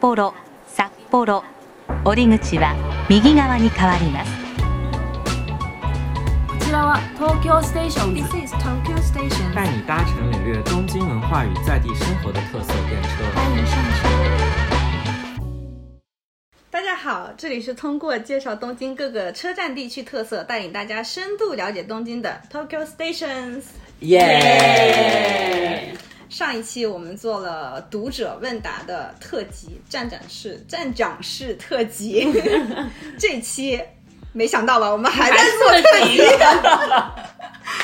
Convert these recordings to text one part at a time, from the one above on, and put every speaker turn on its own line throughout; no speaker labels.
幌札幌折り口は右側に変わります
こちらは東京ステーションズ
This is Tokyo Station，
带你搭乘领略东京文化与在地生活的特色电车。
欢迎上车。
大家好，这里是通过介绍东京各个车站地区特色，带领大家深度了解东京的 Tokyo Stations。
耶！
上一期我们做了读者问答的特辑，站长式站长式特辑。这期没想到吧，我们还在做特辑。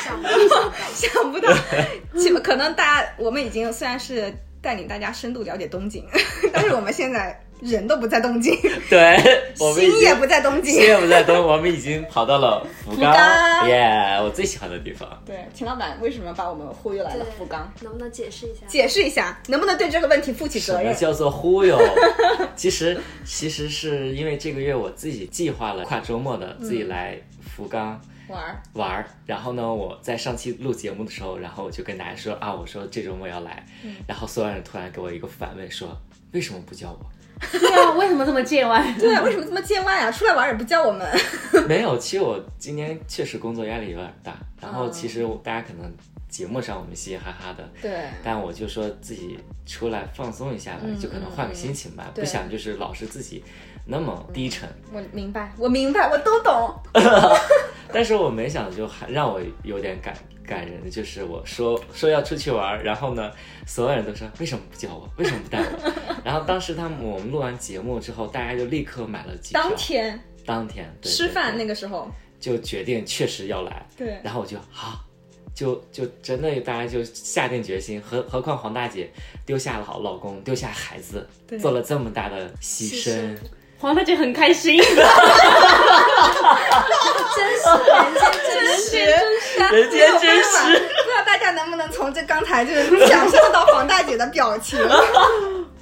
想不到想不到
想不到，其可能大家我们已经虽然是带领大家深度了解东京， 但是我们现在人都不在东京，
对，我们已
心也
经
不在东
心
京。
也不在东，我们已经跑到了福
福冈
冈，耶！我最喜欢的地方。
对，秦老板为什么把我们忽悠来了福冈？
能不能解释一下？
解释一下，能不能对这个问题负起
什
责
么
任？
叫做忽悠？ 其实其实是因为这个月我自己计划了跨周末的自己来福冈。
玩儿，
玩儿，然后呢，我在上期录节目的时候，然后我就跟大家说啊，我说这周末要来，
嗯
然后所有人突然给我一个反问说，为什么不叫我？
对啊， 为什么这么见外？
对啊，为什么这么见外啊？出来玩儿也不叫我们。
没有，其实我今年确实工作压力有点大，然后
嗯
其实我大家可能节目上我们嘻嘻哈哈的，
对，
但我就说自己出来放松一下吧，就可能换个心情吧，
嗯对
不想就是老是自己那么低沉。
我明白，我明白，我都懂。
但是我没想就还让我有点感感人的，就是我说说要出去玩儿，然后呢，所有人都说为什么不叫我，为什么不带我？ 然后当时他们我们录完节目之后，大家就立刻买了机票，
当天
当天对
吃饭那
个
个时候，
就决定确实要来，
对，
然后我就好。就就真的，大家就下定决心。何何况黄大姐丢下了老公，丢下孩子
对，
做了这么大的牺
牺牲
牲，
黄大姐很开心，
真实人间真实。
是
人间真
实。不知道大家能不能从这刚才就是想象到黄大姐的表 情？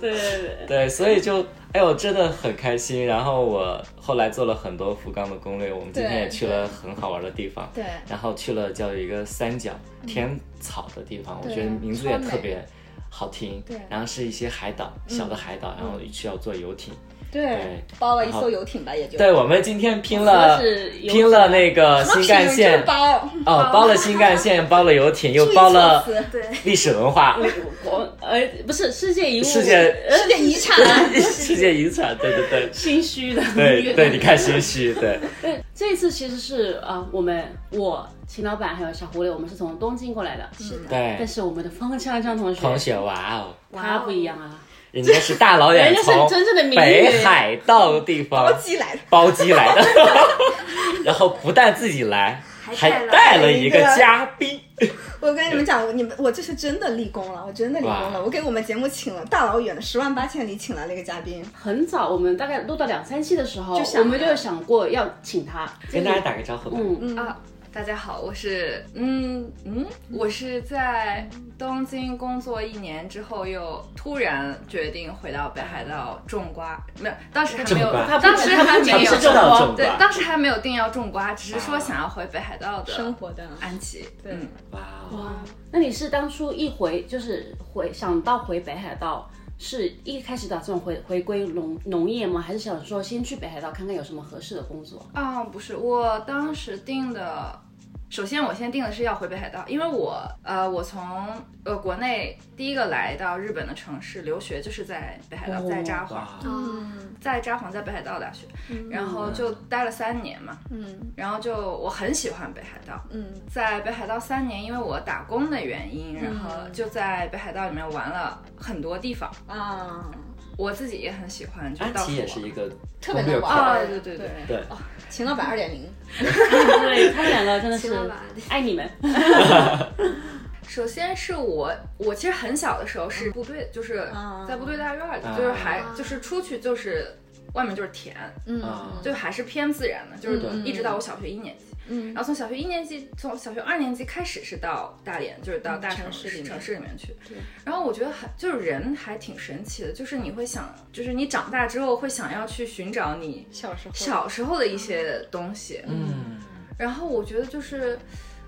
对对对，
对，所以就哎呦，真的很开心。然后我后来做了很多福冈的攻略，我们今天也去了很好玩的地方，
对，嗯
然后去了叫一个三角天草的地方，我觉得名字也
超美
特别好听。
对嗯
然后是一些海岛，小的海岛，然后需要坐游艇。
对
对，
包了一艘游艇吧，也就
对，我们今天拼了
主要是游艇
拼了那个新干
就是
线，
包，
哦，包了新干线，包了游艇，又包了
注意措辞
对，
历史文化、
我呃不是世界遗物，
世界
呃
世界遗产。
世界遗产，对对对。
心虚的。
对对，你看心虚，对，
对，这一次其实是呃，我们我秦老板还有小狐狸，我们是从东京过来的，是的。但
对，
是我们的方向江同学，
同学，哇哦，
他不一样啊，
人家是大老远
人家是
从
真正的名媛
北海道地方
包机来的，
包机来的， 然后不但自己来，
还
还带
带
了
了
一
一
个
个
嘉宾，
我跟你们讲，你们我这是真的立功了，我真的立功了。
哇
我给我们节目请了大老远的十万八千里请来了一个嘉宾，
很早，我们大概录到两三期的时候，
就想
我们就有想过要请他，
跟大家打个招呼吧。
嗯，
啊，大家好，我是嗯嗯，我是在东京工作一年之后，又突然决定回到北海道种瓜，没有，当时还没
种，
有
瓜
他不
当时还没
他不
有
是
知
这
道
种
种
对，
吧？
当时还没有定要种瓜，只是说想要回北海道的
生活的
安琪，
对
嗯，
哇哦，
哇，那你是当初一回就是回想到回北海道，是一开始打算回回归农农业吗？还是想说先去北海道看看有什么合适的工作？
啊、不是，我当时定的，首先我先定的是要回北海道，因为我呃，我从呃国内第一个来到日本的城市留学就是在北海道，在札幌，
哇
嗯，
在札幌，在北海道大学，然后就待了三年嘛，
嗯
然后就我很喜欢北海道，
嗯，
在北海道三年，因为我打工的原因，然后就在北海道里面玩了很多地方，
啊，
我自己也很喜欢，就
安
到
琪
处
也是一
玩。
个
特别能
略
玩
狂，
啊
儿
对对对
对，
对，
秦老板二点零，
对他们两个真的
秦
是
老板
爱你们，
首先是我，我其实很小的时候是部队，就是
啊
在部队大院里，
啊
就是还就是出去就是外面就是田，
嗯
啊，
就还是偏自然的，就是
嗯
一直到我小学一年级。
嗯
然后从小学一年级，从小学二年级开始是到大连，就是到大城市、
嗯城市里面
城市里面去。然后我觉得还就是人还挺神奇的，就是你会想，就是你长大之后会想要去寻找你
小时候，
小时候的一些东西。
嗯，
然后我觉得就是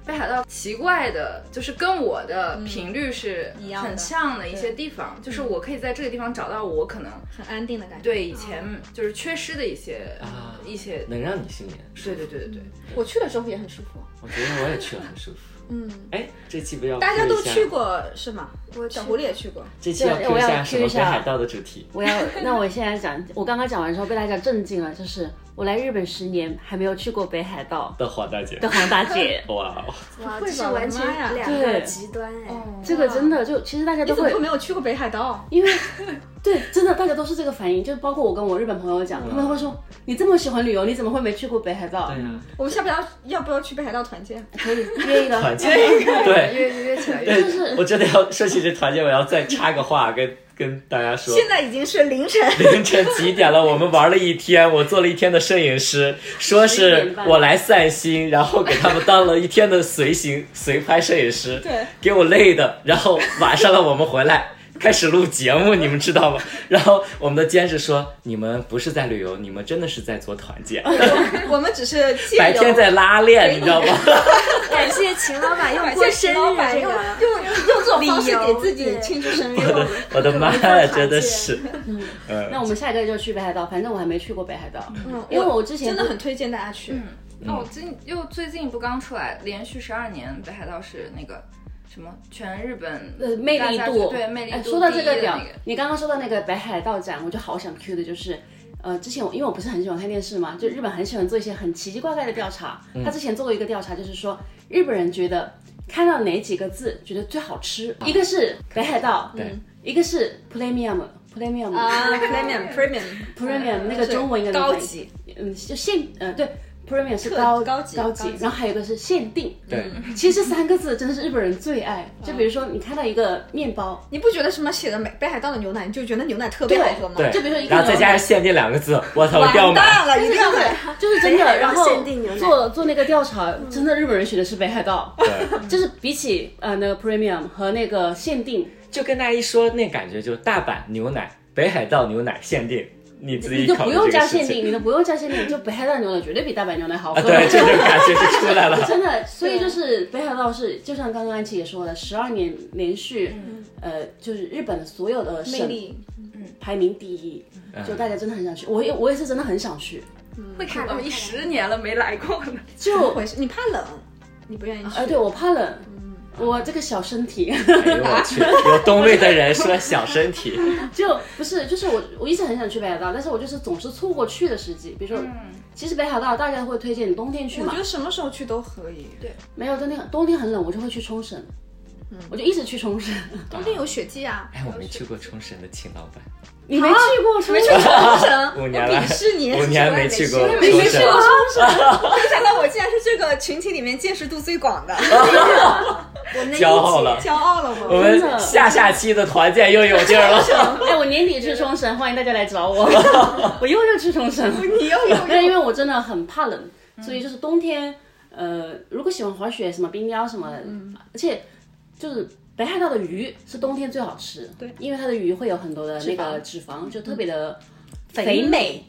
北海道奇怪的，就是跟我的频率是
嗯一样的嗯
很像的一些地方，就是我可以在这个地方找到我可能
很安定的感觉。
对以前
哦
就是缺失的一些、
啊
一些，
能让你心里很舒
对
服。
对对对对，
我去的时候也很舒服，
我觉得我也去了很舒服。
嗯，
哎，这期不要
大家都
Q 一下
去，过是吗？
我
小
去
狐狸也去过，
这期要
对
Q 一
我
下
要
什
Q
么
一
北
下
海道的主题？
我要，那我现在讲，我刚刚讲完之后被大家震惊了，就是我来日本十年还没有去过北海道
的黄大姐，，
的黄大姐
哇哦，
哇，
会
这是
吧我的
完
妈呀
全两个
对
极端哎。
这个真的就其实大家
你
都
怎么
会
会没有去过北海道？
因为对，真的大家都是这个反应，就包括我跟我日本朋友讲，他们会说你这么喜欢旅游，你怎么会没去过北海道？
对呀，
我们下不要要不要去北海道团建？
可以约一 个，
团建，对
约约起来约。
对，我真的要说起这团建，我要再插个话跟跟大家说，
现在已经是凌晨，
凌晨几点了？我们玩了一天，我做了一天的摄影师，说是我来散心，然后给他们当了一天的随行 随拍摄影师，
对，
给我累的。然后晚上了，我们回来。 开始录节目，你们知道吗？ 然后我们的监制说：“你们不是在旅游，你们真的是在做团 建，
我们只是借
白天
由
在拉练，你 知道吗？
感谢秦老板用
感
过
谢
生
秦老
日
板
这
用用
个
用这种方
理
式给
由
自己
对
庆祝生日，
我的我的妈呀，真的是，
那我们下一个就去北海道，反正我还没去过北海道，
嗯
因为我之前
真的很推荐大家去。
那
嗯
我哦最近又最近不刚出来，连续十二年北海道是那个什么全日本
呃，魅力
大家
度，
对魅力
哎
度
说到
第
这
一的
个点，
那个
你刚刚说到那个北海道展，我就好想 Q 的就是。呃，之前我因为我不是很喜欢看电视嘛，就日本很喜欢做一些很奇奇怪怪的调查。他之前做过一个调查，就是说日本人觉得看到哪几个字觉得最好吃，一个是北海道，
对
嗯一个是 premium premium、
啊，premium premium
premium 那个中文应该怎么
高
翻译，
级，
嗯，就限呃对 premium 是
特
高
高级
高
高
级
级，
然后还有一个是限定。
对，
其实三个字真的是日本人最爱，
嗯
就比如说你看到一个面包，
啊
你不觉得什么写的北北海道的牛奶，你就觉得牛奶特别
对
好喝吗？
对，
就比如说一个
然后再加上限定两个字，我操，我一定要
完
买。
蛋了，一定要买。
就是真的，
北海道
然后
限定牛奶嗯
做做那个调查，真的日本人选的是北海道，
对。”
就是比起呃那个 premium 和那个限定，
就跟大家一说，那感觉就大阪牛奶、北海道牛奶限定，你自己
你都
考
不
虑
用
这
加
个事
限定，
情
你都不用加限定，就北海道牛奶绝对比大阪牛奶好喝。
啊， 对，这种感觉就出来了。
真的，所以就是北海道是，就像刚刚安琪也说了，十二年连续，
嗯
呃，就是日本的所有的
魅
省
力，
排名第一，
嗯
就大家真的很想去，我也我也是真的很想去，
嗯
为什么一十年了没来过呢？
就
怎么回事？你怕冷，你不愿意去。
呃，对我怕冷，我这个小身 体。
哎呦我去，有东北的人说小身体，
就不是，就是我我一直很想去北海道，但是我就是总是错过去的时机。比如说，其实北海道大家会推荐你冬天去
我
嘛
觉，得什么时候去都可以。对，
没有冬天冬天很冷，我就会去冲绳，我就一直去冲绳。
冬天有雪季啊。
哎，我没去过冲绳的秦老板，
你没去过冲绳？
冲 绳，
五
我
年了
鄙视你。
五年没去过
没去
冲
过
绳。
冲绳，没想到我竟然是这个群体里面见识度最广 的，
我那一
骄傲了
节
骄傲了
我
我。
们
真的
下下期的团建又有劲儿了。
哎，我年底去冲绳，欢迎大家来找我， 我又要去冲绳。
你又有
但因为我真的很怕冷，所以就是冬天，呃，如果喜欢滑雪什么冰雕什么，而且就是北海道的鱼是冬天最好吃，
对
因为它的鱼会有很多的那个脂肪，就特别的肥
美，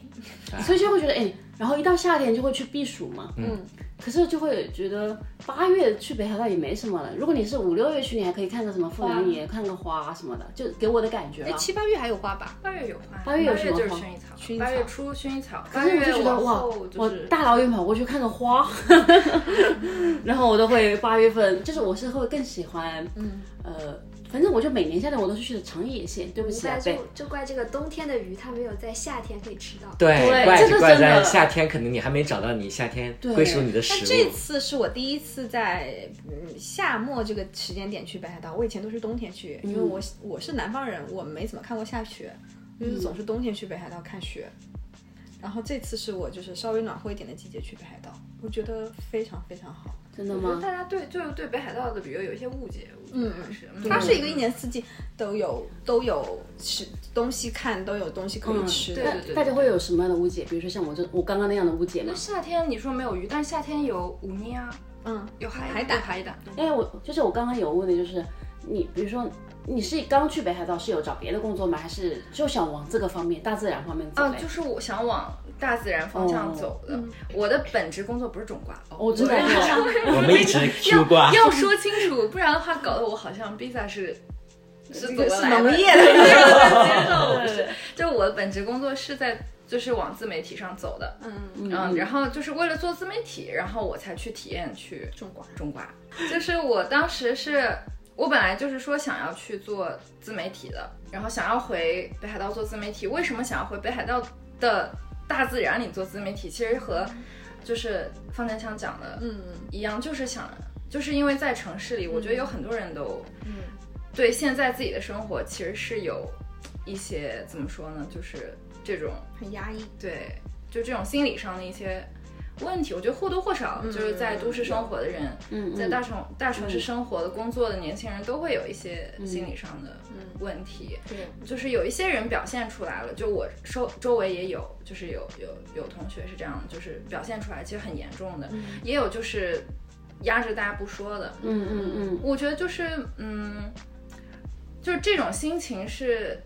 所以就会觉得哎，然后一到夏天就会去避暑嘛，嗯，可是就会觉得八月去北海道也没什么了，如果你是五六月去，你还可以看个什么富良野，看个花什么的，就给我的感觉啊。
七八月还有花吧？
八月有花，
八月有什么
就是
花
薰衣草，
薰衣
八月
草
初薰衣草，
可
八
是我就
月
觉得
往
哇
后，就
我
是
大老远跑过去看个 花，然后我都会八月份，就是我是会更喜欢，
嗯
呃，反正我就每年夏天我都是去的长野县，对不
一
起啊
般，
北
就就怪这个冬天的鱼，它没有在夏天可以吃到。
对，
对
怪
这
就
个
怪
真
在
的
夏天，可能你还没找到你夏天
对
归属你的
但
食
这
物。
次是我第一次在嗯夏末这个时间点去北海道，我以前都是冬天去，因为我我是南方人，我没怎么看过下雪，就是总是冬天去北海道看雪。然后这次是我就是稍微暖和一点的季节去北海道，我觉得非常非常好。
真的
我觉得
吗？
大家对就是对北海道的旅游有一些误解，我觉得还是嗯
它是一个一年四季都有都有吃东西看，都有东西可以吃
对
的。
对
那嗯大家会有什么样的误解？比如说像我这我刚刚那样的误解吗
那？夏天你说没有鱼，但夏天有乌尼啊，
嗯，
有海
海胆
有海胆，
因为我就是我刚刚有问的，就是你比如说你是刚去北海道是有找别的工作吗？还是就想往这个方面大自然方面走嘞？
哦，就是我想往大自然方向走的。我的本职工作不是种瓜，哦
哦嗯我知道了
我们 一直 Q 挂
要说清楚，不然的话搞得我好像 Bisa 是是怎么
嗯是
来的？
农业 的，
不是，就是我的本职工作是在就是往自媒体上走的，
嗯，
嗯，然后就是为了做自媒体，然后我才去体验去
种瓜。
种瓜，就是我当时是我本来就是说想要去做自媒体的，然后想要回北海道做自媒体。为什么想要回北海道的大自然里做自媒体？其实和就是方建强讲的
嗯，
一样，就是想，就是因为在城市里，我觉得有很多人都
嗯
对现在自己的生活其实是有一些怎么说呢，就是这种
很压抑。
对，就这种心理上的一些问题，我觉得或多或少就是在都市生活的人，
嗯嗯
在大城大城市生活的、工作的年轻人都会有一些心理上的问题，
对，
就是有一些人表现出来了，就我周周围也有，就是有有有同学是这样，就是表现出来其实很严重的，也有就是压着大家不说的，
嗯嗯嗯，
我觉得就是，嗯，就是这种心情是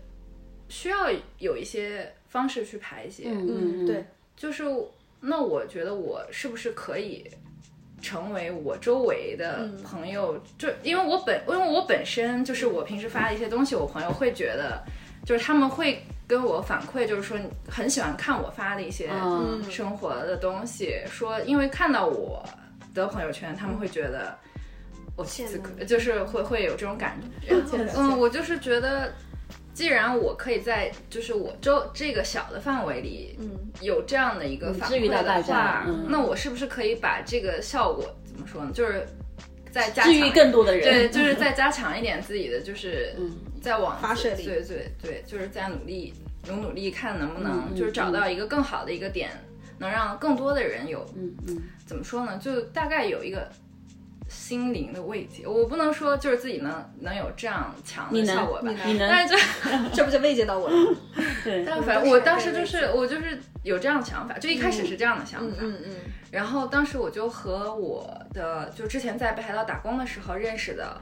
需要有一些方式去排解。
嗯嗯
对，
就是那我觉得我是不是可以成为我周围的
嗯
朋友？就因为我本因为我本身就是我平时发的一些东西，我朋友会觉得就是他们会跟我反馈，就是说你很喜欢看我发的一些
嗯
生活的东西，说因为看到我的朋友圈，他们会觉得。我
羡慕
可就是会会有这种感觉， 嗯，我就是觉得，既然我可以在就是我周这个小的范围里，
嗯，
有这样的一个反
嗯至于
馈
到大
的
家
话，
嗯
那我是不是可以把这个效果怎么说呢？就是再加
治
强
愈更多的人，
对，就是再加强一点自己的，就是
嗯
再往
发射力
对对对，就是再努力，努努力看能不
嗯
能
嗯
就是找到一个更好的一个点，能让更多的人有
嗯嗯
怎么说呢？就大概有一个。心灵的慰藉，我不能说就是自己能能有这样强
你能
的效果吧，
你能
但是就
嗯这不就慰藉到我了 吗？
对，
但反正我当时就是我就是有这样的想法，就一开始是这样的想法，
嗯
然后当时我就和我的就之前在北海道打工的时候认识的，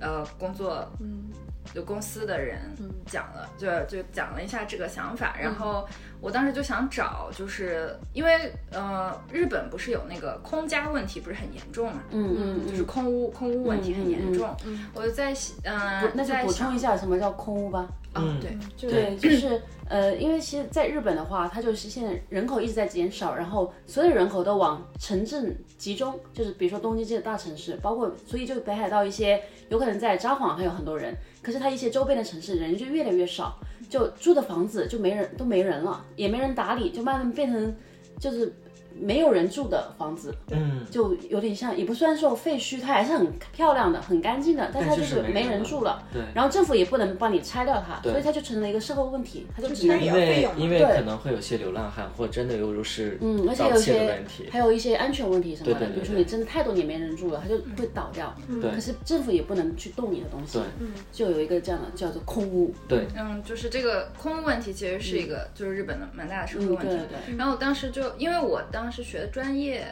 呃，工作
嗯
就公司的人
嗯
讲了，就就讲了一下这个想法，然后我当时就想找，就是因为呃，日本不是有那个空家问题不是很严重嘛，
嗯嗯
就是空屋空屋问题很严重，嗯我就在嗯、
不那就
在
补充
想
一嗯下什么叫空屋吧。
啊对，
对，就是呃，因为其实在日本的话，它就是现在人口一直在减少，然后所有人口都往城镇集中，就是比如说东京这些大城市，包括所以就北海道一些有可能在札幌还有很多人，可是它一些周边的城市人就越来越少，就住的房子就没人都没人了，也没人打理，就慢慢变成就是没有人住的房子，
嗯，
就有点像，也不算说废墟，它还是很漂亮的、很干净的，但
但
它
就
就是是
没
没
人
人
了
住了。
对
然后政府也不能帮你拆掉它，
对
所以它就成了一个社会问题，它就
就
只能
拆也掉
因
费
为
用嘛
因为
对
可能会有些流浪汉，或者真的有如是
嗯，而且
盗
有
窃的
些
问题，
还有一些安全问题什么的，
对对对
比如说
对
你真的太多年没人住了，它就会倒掉。
嗯
对
可是政府也不能去动你的东西
对，
就有一个这样的叫做空屋。
对，
嗯，就是这个空问题其实是一个、就是日本的蛮大的社会
嗯，
问
对
题。
对对，
然后我当时就因为我当时学的专业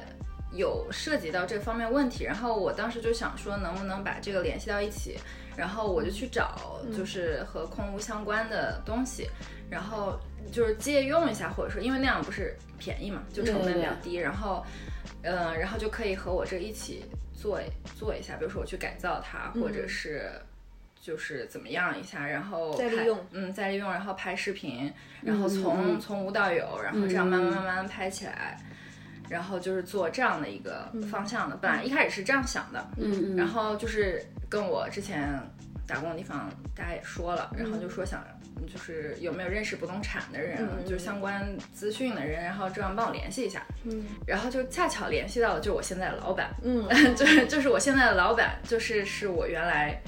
有涉及到这方面问题，然后我当时就想说能不能把这个联系到一起，然后我就去找就是和空屋相关的东西，然后就是借用一下，或者说因为那样不是便宜嘛，就成本比较低，然后呃，然后就可以和我这一起做做一下，比如说我去改造它，或者是。就是怎么样一下，然后
再利
拍
用
嗯，再利用，然后拍视频，然后从、
嗯
从无到有，然后这样慢慢慢慢拍起来，然后就是做这样的一个方向的。本来一开始是这样想的，
嗯嗯，
然后就是跟我之前打工的地方大家也说了，然后就说想就是有没有认识不动产的人，啊就是相关资讯的人，然后这样帮我联系一下。嗯，然后就恰巧联系到了就是我现在的老板，
嗯，
就是就是我现在的老板，就是是我原来。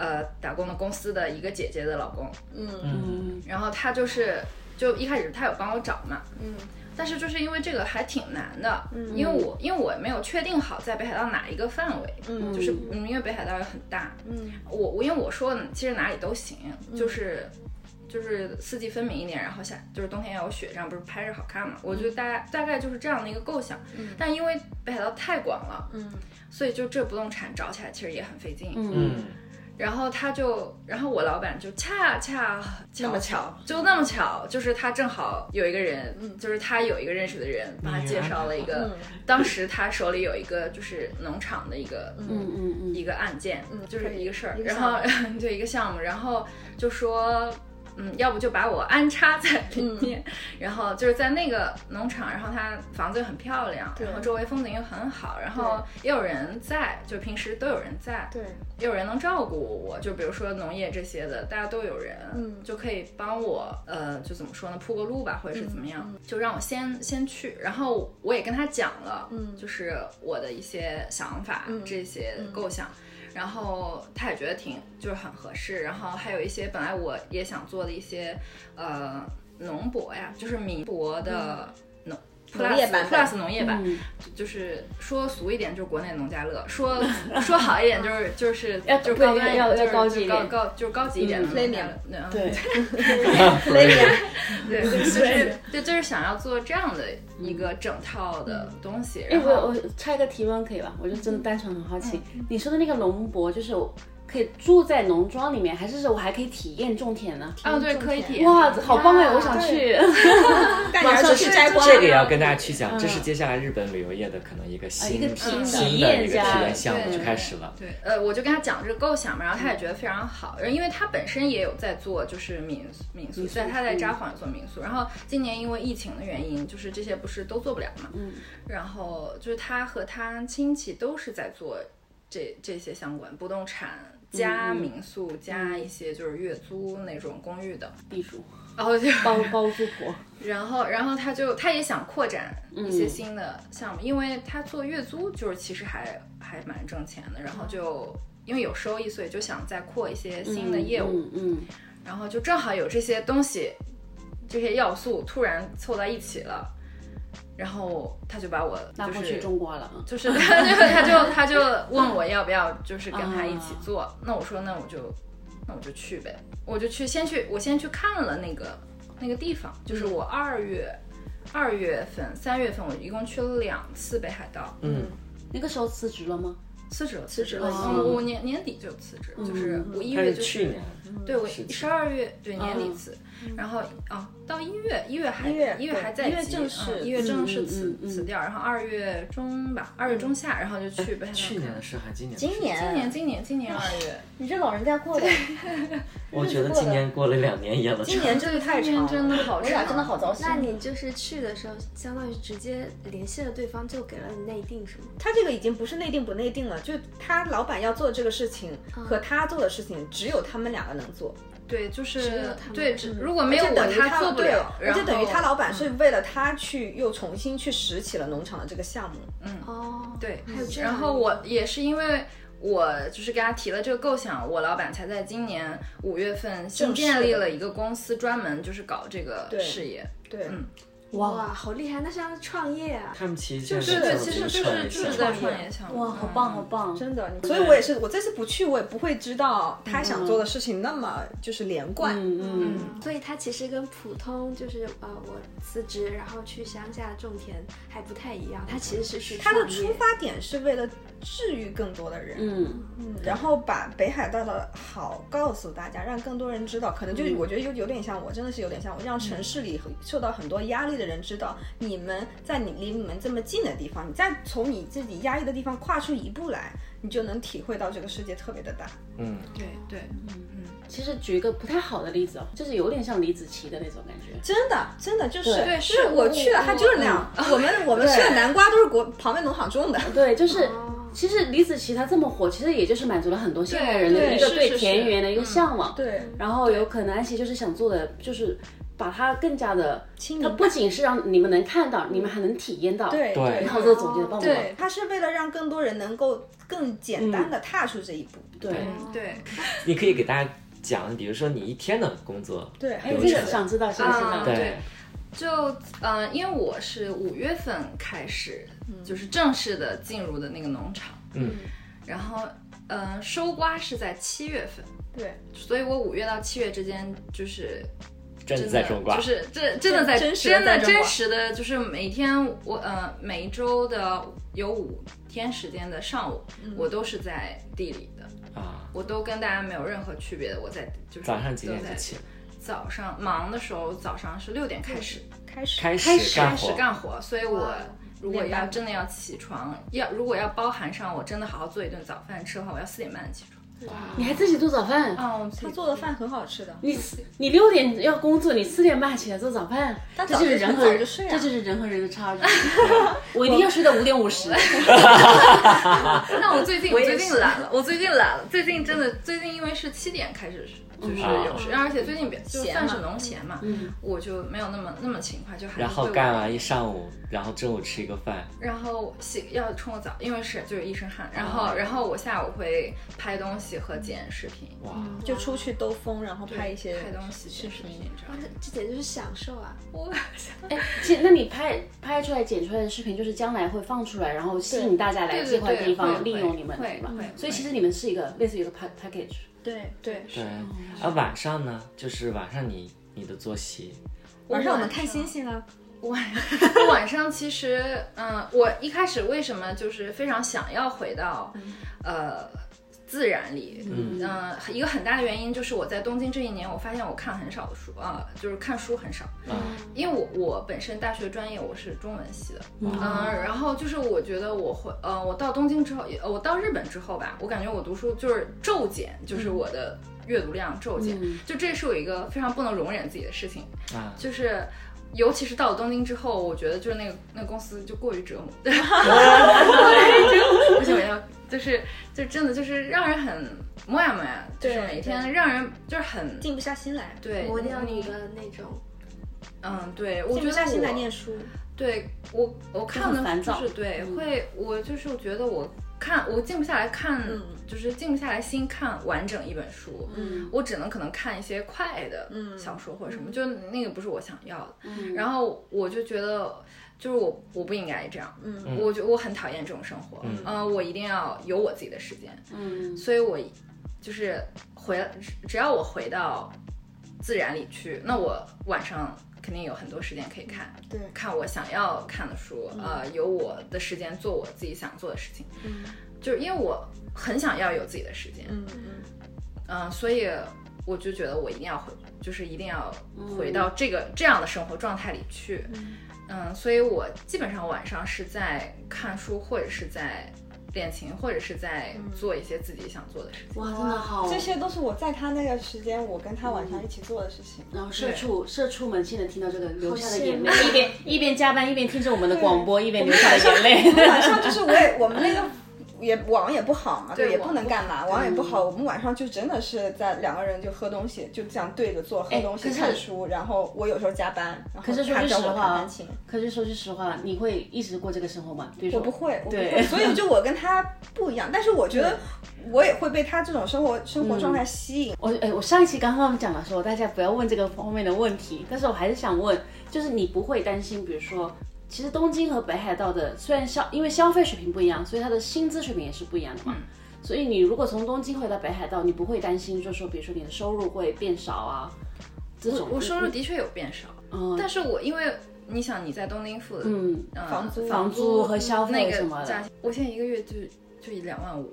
呃，打工的公司的一个姐姐的老公，
嗯
然后他就是就一开始他有帮我找嘛，嗯，但是就是因为这个还挺难的，嗯，因为我因为我没有确定好在北海道哪一个范围，嗯，就是嗯，因为北海道也很大，嗯，我我因为我说其实哪里都行，就是。就是四季分明一点，然后夏就是冬天要有雪，这样不是拍着好看嘛？我就大概大概就是这样的一个构想，但因嗯为北海道太广了，嗯，所以就这不动产找起来其实也很费劲，嗯
嗯
然后他就，然后我老板就恰恰
那么
巧，就那么巧，就是他正好有一个人，
嗯
就是他有一个认识的人，帮他介绍了一个，当时他手里有一个就是农场的一个，
嗯嗯嗯，
一个案件，
嗯
就是
可以
一个事儿
一，个
然后 就一个项目，然后就说，嗯，要不就把我安插在里
嗯
面，然后就是在那个农场，然后它房子又很漂亮，
对
然后周围风景又很好，然后也有人在，就平时都有人在，
对，
也有人能照顾我，就比如说农业这些的，大家都有人，
嗯
就可以帮我，呃，就怎么说呢，铺个路吧，或者是怎么样，
嗯
就让我先先去，然后我也跟他讲了，
嗯
就是我的一些想法，
嗯
这些构想。然后他也觉得挺就是很合适，然后还有一些本来我也想做的一些，呃，农博呀，就是民博的农、
嗯农业版
plus
本
plus 农业版，
嗯
就是说俗一点，就是国内农 家乐；说说好一点，就是就是
要
就是高端一点，
要要
就是
高级一
高
点
高就是高级一点的
嗯
农家乐。嗯
对，
对，就是对，就是想要做这样的一个整套的东西。
哎，
然
我
后
我插一个提问可以吧？我就真的单纯很好奇，
嗯
你说的那个农博，就是我可以住在农庄里面，还是说我还可以体验种田呢？
啊，对，可以体验。
哎哇，好棒哎！我想去。
带你儿子去摘光，
这个也要跟大家去讲，这是接下来日本旅游业的可能一个
一
新、
个体
新的
验
一个体
家
验项目
对
就开始了。
对，呃，我就跟他讲这个构想嘛，然后他也觉得非常好，因为他本身也有在做就是民宿民宿，
民宿
在他在札幌也做民宿，然后今年因为疫情的原因，就是这些不是都做不了嘛，
嗯，
然后就是他和他亲戚都是在做这这些相关不动产。加
嗯
民宿，加一些就是月租那种公寓的，
地主
然后就
包包租婆，
然后，然后他就他也想扩展一
嗯
些新的项目，因为他做月租就是其实还还蛮挣钱的，然后
嗯
就因为有收益，所以就想再扩一些新的业务，
嗯嗯，
然后就正好有这些东西，这些要素突然凑到一起了，然后他就把我
拉
就
过去
是
种瓜了。啊
就是他就他就他就问我要不要就是跟他一起做，那我说那我就那我就去呗，我就去先去我先去看了那个那个地方，就是我二月二月份三月份我一共去了两次北海道，
嗯，
那个时候辞职了吗？
辞职了辞职了，
哦
嗯我年年底就辞职，就是我一
但
月
是
就
去年
对我
是
十二月对年底
嗯
辞，然后啊到一月一月还
一月
一月还在
对一月
急
正式
嗯一月正式
嗯
辞
嗯嗯
辞掉，然后二月中吧二月中下，然后就去北海道
去
看
年的事还是今年的事
今年，
嗯今年，今年，今年二月，
你这老人家过的，
我觉得今年过了两年也了。
今年真的太
今
长
年
了，
真的好
我俩
长，
真的好糟心。
那你就是去的时候，相当于直接联系了对方，就给了你内定，是吗？
他这个已经不是内定不内定了，就他老板要做的这个事情
嗯
和他做的事情，只有他们两个能做，
对，就
只有
是
他们
对，只如果没
而
有
且
我，
等于他
做不
对
了，嗯
而且等于他老板
是
是为了他去又重新去拾起了农场的这个项目，
哦，
对
还有这，样
然
的
后我也是因为。我就是给他提了这个构想，我老板才在今年五月份新
正式
建立
的
了一个公司，专门就是搞这个
对
事业。
对，
嗯
哇，好厉害，那是要创业啊！
他们其实现
对
在在
对，
做
其
这
实就
个
是
创
就是
业
在
项目
创业项目。
哇，好棒哦好
嗯！
棒！
真的，所以我也是，我这次不去，我也不会知道他想做的事情那么就是连贯。
嗯嗯，
所以它其实跟普通就是呃，我辞职然后去乡下种田还不太一样，它其实是去
他的
创业
出发点是为了治愈更多的人，
嗯，
嗯然后把北海道的好告诉大家，让更多人知道。可能就是我觉得有有点像我，真的是有点像我，让城市里受到很多压力的人知道，你们在你离你们这么近的地方，你再从你自己压抑的地方跨出一步来，你就能体会到这个世界特别的大。
嗯，
对对，
其实举一个不太好的例子哦，就是有点像李子柒的那种感觉。
真的，真的就是，
对
就
对
是
是
我去了，
我
它就是那样。我 们我们吃的南瓜都是国旁边农场种的，
对，就是
哦
其实李子柒她这么火，其实也就是满足了很多现代人的
对
一个
是
对
是是
田园的一个
嗯
向往。
对，
然后有可能安琪就是想做的，就是把它更加的，
亲
它
民
不仅是让你们能看到，你们还能体验到。
嗯对
对
然后这个总结的棒不棒？
对，嗯它是为了让更多人能够更简单的踏出这一步。
对，
嗯对，
你可以给大家讲，比如说你一天的工作，
对，
哎，
有
这
什
个
么
想知道，想知
啊
道。
对就呃，因为我是五月份开始，就是正式的进入的那个农场，
嗯，
然后呃，收瓜是在七月份，
对，
所以我五月到七月之间就是
真的在种瓜，
就是这真的在
真实地
真
在
的
种瓜
真实的，就是每天我呃每一周的有五天时间的上午，
嗯
我都是在地里的，
啊，
我都跟大家没有任何区别的。我在就是
早上几
都
点
在
就起？
早上忙的时候，早上是六点开始
嗯
开始
开始
开始
干
开始
活，
干活，所以我
哇。
如果
明白
要真的要起床，要如果要包含上我真的好好做一顿早饭吃的话，我要四点半起床。
你还自己做早饭？
啊，我们自己
他做的饭很好吃的，
你你六点要工作，你四点半起来做早饭，
但
这就是
早
人
上
和
早就睡啊
这就是人和人的差距。我一定要睡到五点五十，
那我最近
我也
最近
是
懒了，我最近懒了，最近真的最近因为是七点开始就是
嗯
有时，而且最近比就
嗯闲
算
嘛嗯
是农闲嘛，我就没有那么那么勤快，就还是
然后
会
干
晚
完一上午，然后中午吃一个饭，
然后洗要冲个澡，因为是就是一身汗，然
哦
后然后我下午会拍东西和剪视频，
哇，
就出去兜风，然后拍一些
拍东西
视
剪视
频
频，你知道
哇
吗？
哦这这简直是享受啊！
我
剪那你拍拍出来、剪出来的视频，就是将来会放出来，然后吸引大家来
对对
这块
对
地
会
方利用
会
你们，
会
对吧
会？
所以
会
其实你们是一个类似于一个 pack- package。
对对。
对，啊，晚上呢，就是晚上你你的作息，
晚上我们看星星啊，
我 晚上其实，嗯，我一开始为什么就是非常想要回到，呃，自然里，嗯、一个很大的原因就是我在东京这一年，我发现我看很少的书啊、就是看书很少，
嗯
因为我我本身大学专业我是中文系的，嗯、然后就是我觉得我会，呃，我到东京之后，也呃我到日本之后吧，我感觉我读书就是骤减，就是我的阅读量骤减，就这是我一个非常不能容忍自己的事情，
啊，
就是尤其是到了东京之后，我觉得就是那个那个公司就过于折磨，对，过于折磨，不行，我要就是就真的就是让人很磨呀磨呀，就是
对
每天让人就是很
静不下心来，
对
磨掉你的那种，
嗯，对
静
我觉
不
得
下心来
我
念书。
对我我看
很
的
烦
就
躁
是对
嗯
会我就是觉得我看我静不下来看，
嗯
就是静不下来心看完整一本书，
嗯，
我只能可能看一些快的
嗯
小说或者什么，就那个不是我想要的。然后我就觉得，就是我我不应该这样，
嗯
我觉我很讨厌这种生活，
嗯
呃我一定要有我自己的时间，
嗯，
所以我就是回只要我回到自然里去，那我晚上肯定有很多时间可以看，
对
看我想要看的书，呃，有我的时间做我自己想做的事情，
嗯
就是因为我很想要有自己的时间，
嗯嗯，
嗯，所以我就觉得我一定要回，就是一定要
嗯
回到这个、这样的生活状态里去。嗯所以我基本上晚上是在看书，或者是在练琴，或者是在
嗯
做一些自己想做的事情。
哇，真的好。
这些都是我在他那个时间，我跟他晚上一起做的事情。
然后社畜社畜们现在听到这个流下的
羡
眼
慕
泪，一边一边加班一边听着我们的广播，一边流下的眼泪。
晚上就是 我也我们那个也网也不好嘛，
对
也
网
不能干嘛，网也不好。嗯我们晚上就真的是在两个人就喝东西，就这样对着坐喝
哎
东西
可是
看书，然后我有时候加班，然后
可是说
他
句实
教我
话
弹
啊
弹琴。，
可是说句实话，你会一直过这个生活吗？比如说
我不会，我不
对
会， 所以就我跟他不一样，但是我觉得我也会被他这种生活生活状态吸引。
我哎，我上一期刚刚讲了说大家不要问这个方面的问题，但是我还是想问，就是你不会担心，比如说，其实东京和北海道的虽然消因为消费水平不一样，所以它的薪资水平也是不一样的嘛。所以你如果从东京回到北海道，你不会担心，就说比如说你的收入会变少啊，这种
我我收入的确有变少，
嗯
但是我因为你想你在东京付的、
嗯
呃
房租
房租和消
那
费什么
个
的
价，，我现在一个月就就一两万五，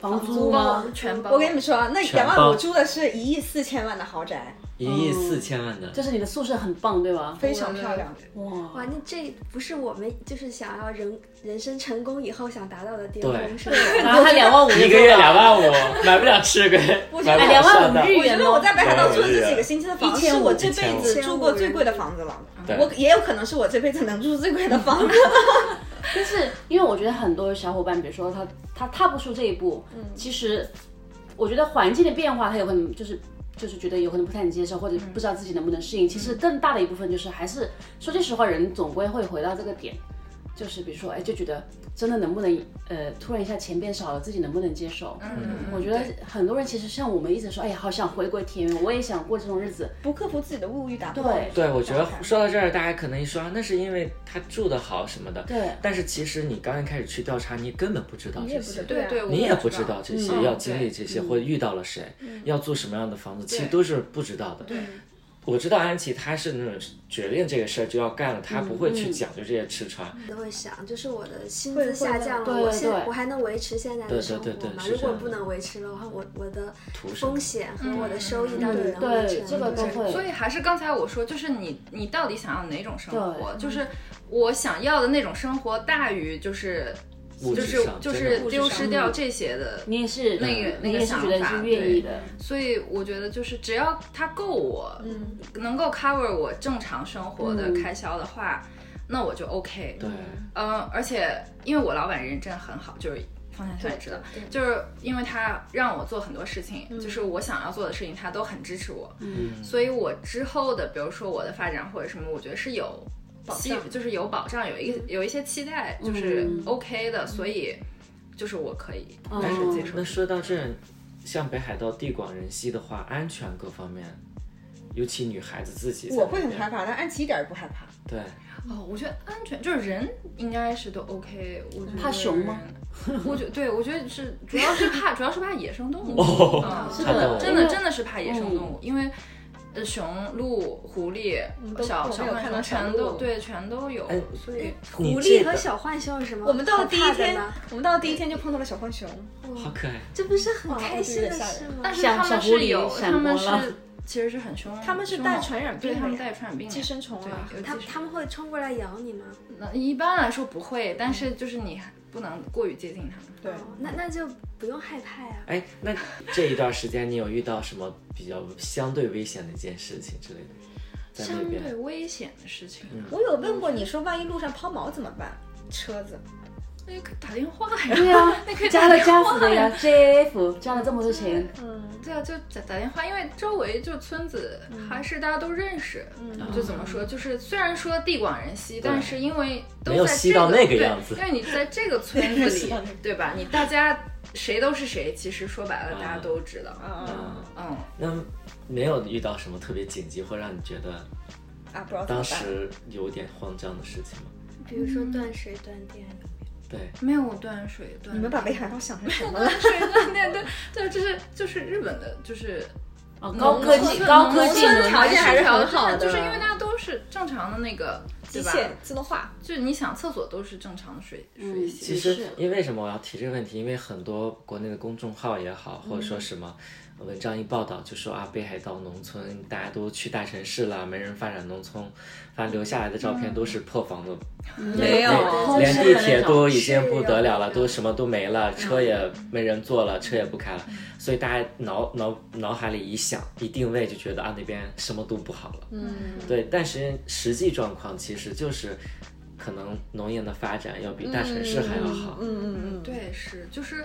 房租吗？
全包。
我跟你们说啊，那
全
两万
包
五住的是一亿四千万的豪宅，
一亿四千万的，
嗯就是你的宿舍很棒，对吧？
非常漂亮。
哇
哇，，那这不是我们就是想要人人生成功以后想达到的巅峰，
对
是吗？
然后他两万五
一个月两万五，买不了吃亏，买不了上当
哎两万五日元
我觉得我在北海道住的这几个星期的房子，
1500
是我这辈子住过最贵的房子了。
对
我也有可能是我这辈子能住最贵的房子。
但是因为我觉得很多小伙伴，比如说他他踏不出这一步，
嗯
其实我觉得环境的变化，他有可能就是。就是觉得有可能不太能接受，或者不知道自己能不能适应。
嗯
其实更大的一部分就是还是说句实话，人总归会回到这个点，就是比如说，哎，就觉得真的能不能，呃，突然一下钱变少了，自己能不能接受？
嗯，
我觉得很多人其实像我们一直说，哎呀，好想回归田园，我也想过这种日子。
不克服自己的物欲，达不到
对
对，我觉得说到这儿，大家可能一说啊，那是因为他住的好什么的，
对
但是其实你刚一开始去调查，你根本不知道
你也
这
不知
些
道。
啊
对对，我
你也不
知
知道这些，
嗯
要经历这些，或者遇到了谁，要住什么样的房子，其实都是不知道的。我知道安琪她是那种决定这个事儿就要干了，她不会去讲究这些吃穿。
都会想，就是我的薪
会
资
会
下降
对
了，我
对
现
对
我还能维持现在
对
的
对
生活
对对
吗？
是
如
这
果
样
不
的
能维持的话，我我的
图什么
风险和
嗯
我的收益
嗯
到底
对
能维持
对，
吗？
这个都
就是
会。
所以还是刚才我说，就是你你到底想要哪种生活？
对嗯
就是我想要的那种生活大于就是
物
就
质
是
上
就
真
是
的
丢失掉
嗯
这些的。
你也是
那个那
你
个
也是
想
觉得
法
是愿意的，
所以我觉得就是只要它够我，
嗯，
能够 cover 我正常生活的
嗯
开销的话，那我就 OK。
对，
嗯，而且因为我老板人真的很好，就是方向
对
才知道，
对对
就是因为他让我做很多事情，就是我想要做的事情，他都很支持我，
嗯，
所以我之后的，比如说我的发展或者什么，我觉得是有
保
希
障，
就是有保障，有一个有一些期待，就是
嗯
OK 的，所以就是我可以
嗯
开始接受
那。说到这儿，像北海道地广人稀的话，安全各方面，尤其女孩子自己，
我会很害。怕，但安琪一点儿也不害怕。
对，
哦，我觉得安全就是人应该是都 OK，我觉得
怕熊吗
人？ 我觉对，我觉得是主要是怕主要是怕野生动物。
哦
嗯
是
看到
的，
我
真
因
的
为
真的是怕野生动物，因为呃熊、鹿、狐狸
嗯、都
小
我
小
没有
浣
看
熊
到小
全
鹿
都对全都有
哎，
所以
你
狐
这
狸
个
和小浣熊有什么？
我们到了第一天，我们到了第一天就碰到了小浣熊，
好可爱。
这不是很
哇
开
我觉得有
心的
点吓
事
人
吗？
但是
像
他
小
们
狐
是
狸
有，
闪
他们
播了
是其实是很凶，
他们是
凶
带
猛
传染
对
病
他们
的呀
带传染病的
寄生虫
对
啊，
有
他
寄生
他们会冲过来咬你吗？
那一般来说不会，
嗯
但是就是你还不能过于接近他们。
对，
哦那那就不用害怕呀。
哎，那这一段时间你有遇到什么比较相对危险的一件事情之类的，在
相
那
对
边？
危险的事情
嗯
啊，
我有问过你说，万一路上抛锚怎么办？车子，
那
哎
就可以打电话呀。
对啊呀
那可以，
加
打
了
电
加
话
死的呀
呀。
，JF 加了这么多钱，
嗯，
对啊，就打打电话，因为周围就村子还是大家都认识，就怎么说，就是虽然说地广人稀，但是因为都
没有
在
稀
这个
到那个
对，
样子
因为你在这个村
没有
子
稀
里
到那个，
对吧？你大家谁都是谁，其实说白了大家都知道。
啊
嗯，
那没有遇到什么特别紧急或让你觉得
啊，不知道怎么
当
办。
时有点慌张的事情吗？
比如说断水断电，
对，
没有断水断电。
你们把北海道想成什 么了？
断水断电，对 对，这是就是日本的，就是
啊，高科技高科技
农村
轮
条件还是很好的
就是因为大家都是正常的那个，
机
对吧？
械自动化，
就是你想厕所都是正常的水水
嗯
洗。
其
也
实
是
因为什么我要提这个问题？因为很多国内的公众号也好，或者说什么文章一报道就说啊，北海道农村大家都去大城市了，没人发展农村，反正留下来的照片都是破房的，
没有
连连地铁都已经不得了了，嗯都什么都没了，车也没人坐了，车也不开了，所以大家脑脑脑海里一想一定位就觉得啊那边什么都不好了，
嗯，
对，但是实际状况其实就是。可能农业的发展要比大城市还要好，
嗯嗯嗯，
对，是就是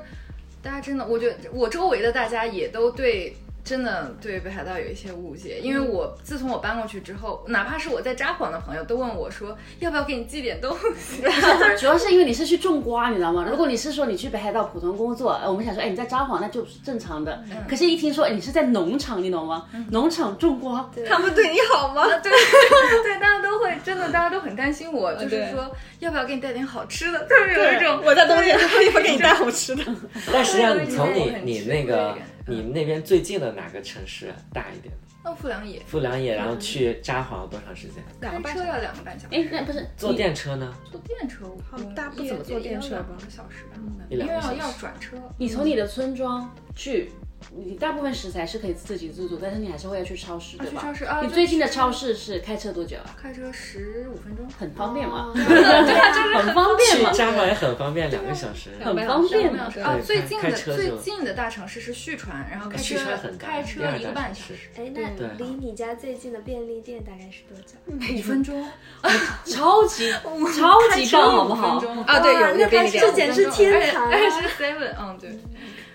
大家真的，我觉得我周围的大家也都对。真的对北海道有一些误解，因为
嗯
我自从我搬过去之后，哪怕是我在札幌的朋友都问我说，要不要给你寄点东西？
主要是因为你是去种瓜，你知道吗？如果你是说你去北海道普通工作，呃我们想说，哎，你在札幌那就是正常的。可是，一听说哎你是在农场，你懂吗？农场种瓜，
他们对你好吗？
啊对 对，大家都会真的，大家都很担心我，就是
嗯对
说要不要给你带点好吃的， 就是有一种
我在冬 天会会给你带好吃的。
但实际上，
对
你从
对
你
对
你
很
那个
吃亏
你那边最近的哪个城市大一点？
那富良野
富良野，然后去
嗯
札幌要多长时间？
两个
开
半
车
小时
要两个半小时，
哎，那不是
坐电车呢？
坐电车我
好大家不怎么坐电车吧嗯
也要两个小时吧，
一
因为
两个
要
小时
要转车。
你从你的村庄去，你大部分食材是可以自给自足，但是你还是会要去超市，对
去
吧？
超市啊
你
对
最近的
去
超市是开车多久啊？
开车十五分钟，
很
哦
方便 嘛，
对啊，就是
很方便
去
嘛。
札幌也很方便，两个小时。
很方便嘛。
啊，最近
开
的
车就
最近的大城市是旭川，然后开
旭
车
川很大，
开车一个半小
小
时，。
哎，
对
那离你家最近的便利店大概是多久？
嗯
五分钟
超级超级棒，好不好？
哦
啊，对，有
那
有便利
它这
店。
简直天堂啊！
哎是 seven，嗯对，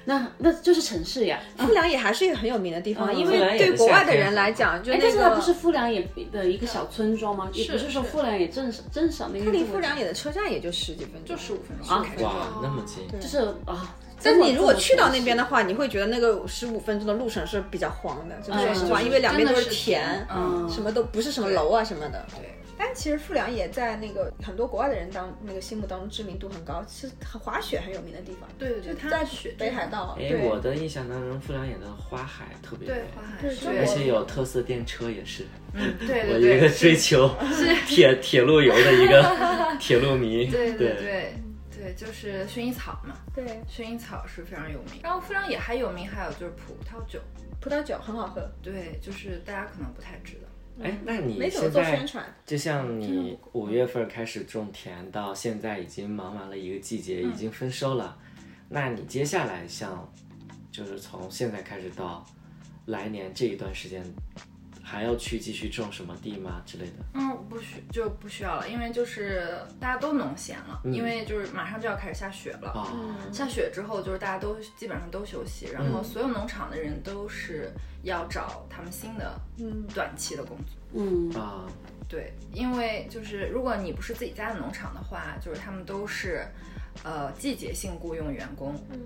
那那就是城市呀。
啊富良野还是一个很有名的地方，
嗯
因
富良
为
野的
对国外
夏
的
天
人来讲，就
哎，
那
但是它
个
不是富良野的一个小村庄吗？也不是说
是
富良野镇上镇上那个
它
这么
离
近。
富良野的车站也就十几分钟，
就十五分钟
啊
开车
哇，那么近，
就是啊。
但是你如果去到那
边。
边的话，你会觉得那个十五分钟的路程是比较荒的，就是
嗯
说实话，
嗯
因为两边
真
都
的
是田，
嗯，
什么都不是什么楼啊什么的。
对，
但其实富良也在那个很多国外的人当那个心目当中知名度很高，是很滑雪很有名的地方。
对对对，
在
它雪
北海道，
哎，
对
我的印象当中，富良野的花海特别
对
美，
花海
对
是
中国
而且有特色电车也是
嗯对
我
对
一个
对
追求铁铁路游的一 个铁路迷。
对
对
对对对，就是薰衣草嘛，
对
薰衣草是非常有名。然后富良野还有名，还有就是葡萄酒，
葡萄酒很好喝，
对，就是大家可能不太知道。
哎，那你
没怎么
现
做宣
在
传。
就像你五月份开始种田，到现在已经忙完了一个季节，已经丰收了。那你接下来像，就是从现在开始到来年这一段时间，还要去继续种什么地吗之类的？
嗯，不需就不需要了，因为就是大家都农闲了，因为就是马上就要开始下雪了。
啊、
嗯
下雪之后，就是大家都基本上都休息，然后所有农场的人都是要找他们新的
嗯
短期的工作。
嗯，
啊，
对，因为就是如果你不是自己家的农场的话，就是他们都是，呃，季节性雇佣员工。
嗯。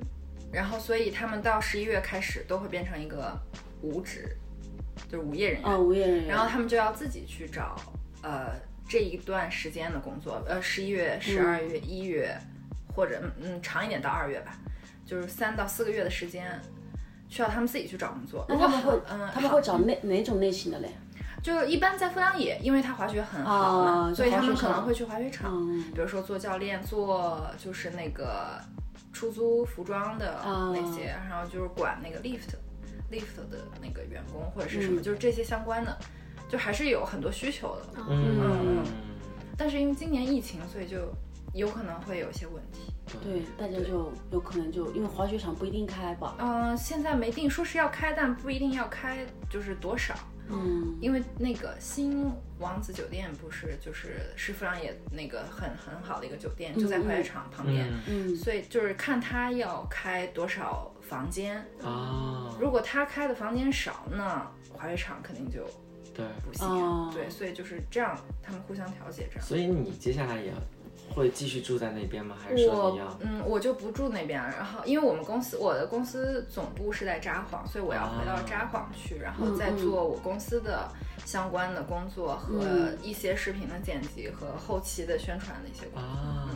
然后，所以他们到十一月开始都会变成一个无职，就是无业人员。
哦，无业人员，
然后他们就要自己去找呃这一段时间的工作，呃十一月、十
嗯
二月、一、月，或者嗯嗯长一点到二月吧，就是三到四个月的时间。需要他们自己去找工作，
那他们会，
嗯，
他们会找哪哪种类型的嘞？
就一般在富良野，因为他滑雪很好嘛，
哦
所以他
滑
们
雪
可
场
能会去滑雪
啊
场，
嗯
比如说做教练，做就是那个出租服装的
哦
那些，然后就是管那个 lift lift 的那个员工或者是什么，就是这些相关的，就还是有很多需求的。
嗯
嗯，
但是因为今年疫情，所以就有可能会有一些问题。
对，大家就有可能就因为滑雪场不一定开吧，
嗯、现在没定，说是要开，但不一定要开，就是多少。
嗯，
因为那个新王子酒店不是就是师傅良也那个很很好的一个酒店，就在滑雪场旁边，
嗯
嗯
所以就是看他要开多少房间。
啊，
如果他开的房间少，那滑雪场肯定就
对，
不行。
哦
对，所以就是这样，他们互相调节这样。
所以你接下来也会继续住在那边吗？还是说你要
我？嗯，我就不住那边，然后因为我们公司我的公司总部是在札幌，所以我要回到札幌去，然后再做我公司的相关的工作和
嗯
一些视频的剪辑和后期的宣传的一些工作。
啊，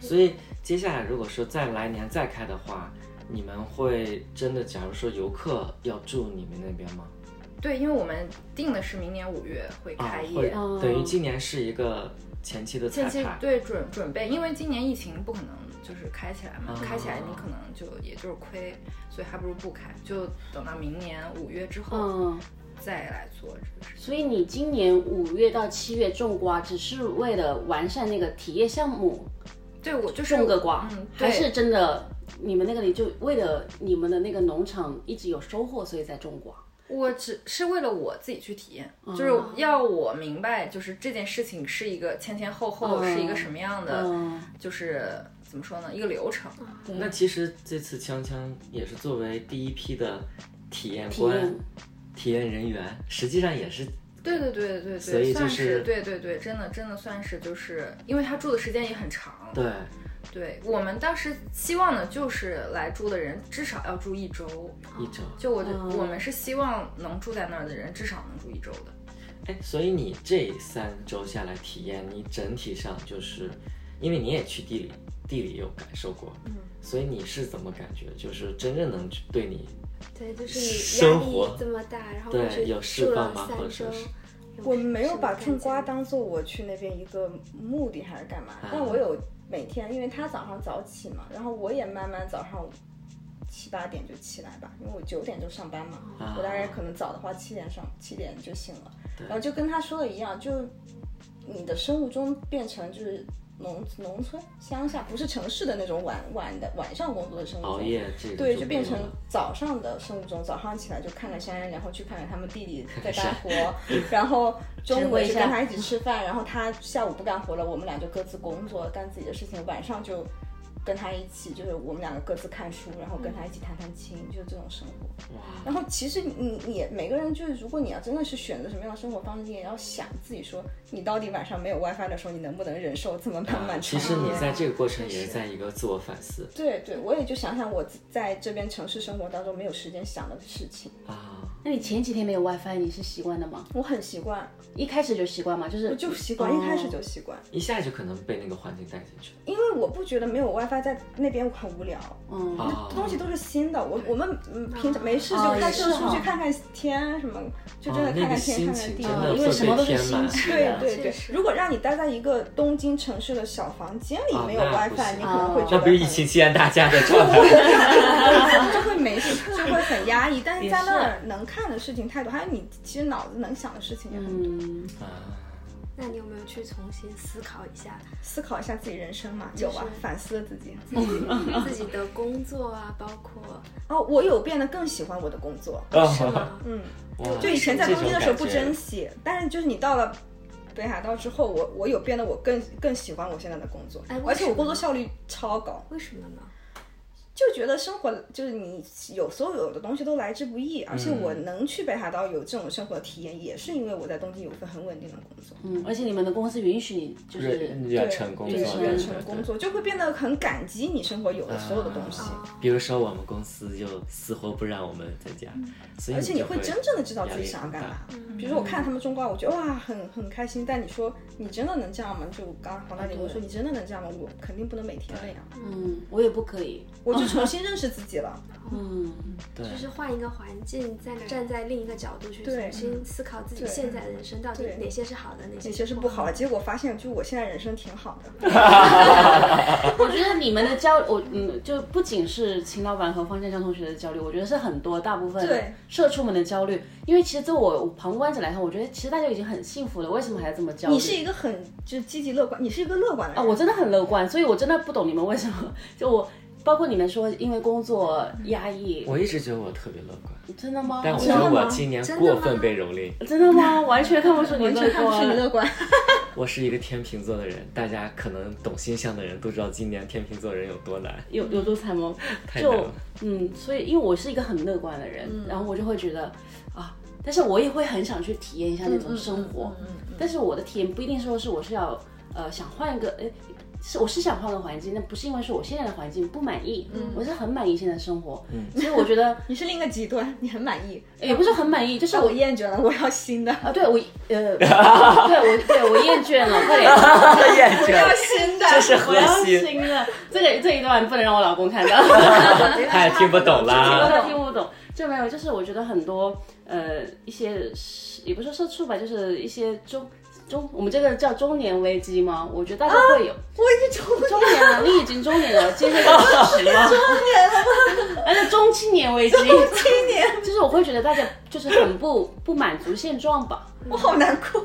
所以接下来如果说再来年再开的话，你们会真的，假如说游客要住你们那边吗？
对，因为我们定的是明年五月会
啊
开，
会
业，嗯
哦
等于今年是一个前期的彩
前期
排。
对准准备，因为今年疫情不可能就是开起来嘛，
啊
开起来你可能就也就是亏，所以还不如不开，就等到明年五月之后
嗯，
再来做这个事情。
所以你今年五月到七月种瓜，只是为了完善那个体验项目
对我就是
种个瓜，
嗯，对
还是真的你们那个里就为了你们的那个农场一直有收获，所以在种瓜。
我只是为了我自己去体验，就是要我明白，就是这件事情是一个前前后后是一个什么样的，
嗯，
就是怎么说呢，一个流程。
那其实这次锵锵也是作为第一批的体验
体
官、体
验
验人员，实际上也是
对对对对对
所以
对，
就
算
是
对对对，真的真的算是就是，因为他住的时间也很长。
对
对我们当时希望的就是来住的人至少要住一周，
一周。
就我、
嗯
我们是希望能住在那儿的人至少能住一周的。
哎，所以你这三周下来体验，你整体上就是，因为你也去地理，地理有感受过，嗯，所以你是怎么感觉？就是真正能去对你
对，就是你压
生活
力这么大，然后
对
我去
有释
住了
放吗
三
或者说
周
是，
有
我没有把
什么
种
感觉
瓜当做我去那边一个目的还是干嘛，
啊
但我有每天，因为他早上早起嘛，然后我也慢慢早上七八点就起来吧，因为我九点就上班嘛，
啊
我大概可能早的话七点上七点就醒了，然后就跟他说的一样，就你的生物钟变成就是。农农村乡下不是城市的那种晚晚的晚上工作的生物钟，
熬夜这个
对，就
就没
变
有
成
了
早上的生物钟，早上起来就看看山人，然后去看看他们弟 弟在干活，然后中午
回
也
一
是
下
跟他一起吃饭，然后他下午不干活了，我们俩就各自工作干自己的事情，晚上就跟他一起，就是我们两个各自看书，然后跟他一起弹弹琴，就这种生活。然后其实你你每个人就是，如果你要真的是选择什么样的生活方式，你也要想自己说，你到底晚上没有 WiFi 的时候，你能不能忍受这么漫
啊
漫长夜？
其实你在这个过程也是在一个自我反思
对对，我也就想想我在这边城市生活当中没有时间想的事情。
啊。
那你前几天没有 WiFi，你是习惯的吗？
我很习惯，
一开始就习惯吗？就是哦
我就习惯，一开
哦
始就习惯，
一下就可能被那个环境带进去
因为我不觉得没有 WiFi 在那边很无聊。
嗯，
啊。
东西都是新的，我我们嗯平
哦
常没事就开车
也是
出
哈
去看看天什么，就真的
哦那
看
个
看天
心
看看
情
地
真。的
嗯因为
会
什么
被
都是
填
新
满啊
奇
对
的
对对
确，实
如果让你待在一个东京城市的小房间里
啊
没有
那不
WiFi，你
行啊
可能会觉得
那不是疫
很
情期间大家的状态
就会没事，就会很压抑。但是在那
也
儿能看的事情太多，还有你其实脑子能想的事情也很多。
嗯，
啊？
那你有没有去重新思考一下
思考一下自己人生嘛，
就
有
是
啊，反思了自己。
自己的工作啊，包括
哦，我有变得更喜欢我的工作，
啊，
嗯，
哇
就以前在
这
东京的
种
时候
感
不
觉
珍惜，但是就是你到了。北海道之后，我我有变得我更更喜欢我现在的工作，
哎为
而且
什
我
么
工作效率超高，
为什么呢？
就觉得生活就是你有所有的东西都来之不易，而且
嗯
我能去北海道有这种生活体验，也是因为我在东京有一份很稳定的工作。
嗯，而且你们的公司远允许你就
远
是嗯
远
对
程工作，
对
远
对
远
对
程
对
工作就会变得很感激你生活有的所有的东西，
哦
啊比如说我们公司就死活不让我们在家，
嗯
所以
而且你
就
会
会
真正的知道自己
压力
想要
很
干
大嗯
嘛。比如说我看他们中高，我觉得哇很很开心，但你说你真的能这样吗？就刚刚黄大姐我
啊
说你真的能这样吗？我肯定不能每天那样，
嗯，我也不可以，
我就重新认识自己了。
嗯，
对
就是换一个环境，在站在另一个角度去
对嗯
重新思考自己
对
现在的人生到底
对
哪些是好的，哪
有
些
些
是
是
不
不
好
好
的
的，。结果发现就我现在人生挺好的。
我觉得你们的交，我嗯，就不仅是秦老板和方向江同学的焦虑，我觉得是很多大部分
对
社畜们的焦虑。因为其实作为我旁观者来看，我觉得其实大家已经很幸福了，为什么还这么焦虑？
你是一个很就是积极乐观，你是一个乐观的
啊，
人。
我真的很乐观，所以我真的不懂你们为什么 就我。包括你们说因为工作压抑，
我一直觉得我特别乐观，
真的吗？
但我觉
哦真的
得我
吗？
今年
真的
过
吗
分被蹂躏。
真的吗？完全看不出你
完全看不出你
乐
乐观，
我是一个天秤座的人，大家可能懂星象的人都知道今年天秤座人有多难，
有有多惨吗？
太难
就
了。
嗯，所以因为我是一个很乐观的人，
嗯
然后我就会觉得啊，但是我也会很想去体验一下那
嗯
种生活，但是我的体验不一定说是我是要呃想换一个诶。是，我是想换个环境，但不是因为说我现在的环境不满意，
嗯
我是很满意现在的生活，
嗯
所以我觉 得
你是另一个极端，你很满意，
也哎不是很满意，就是
但
我
我厌倦了，我要新的，
啊，对我呃，对我对我厌倦了，快点，
厌
我
倦
要
了，
新的。
这是
我
核
要
心，
新的，这个这一段不能让我老公看到。
他也听不懂 啦。
他听不懂，就没有。就是我觉得很多呃一些也不是说社畜吧，就是一些中中我们这个叫中年危机吗？我觉得大家会有。
我已经中
中年了，你已经中年了，接受这个事实了。中 年了，而且中青年危机，
青年，
就是我会觉得大家就是很不不满足现状吧。
我好难过。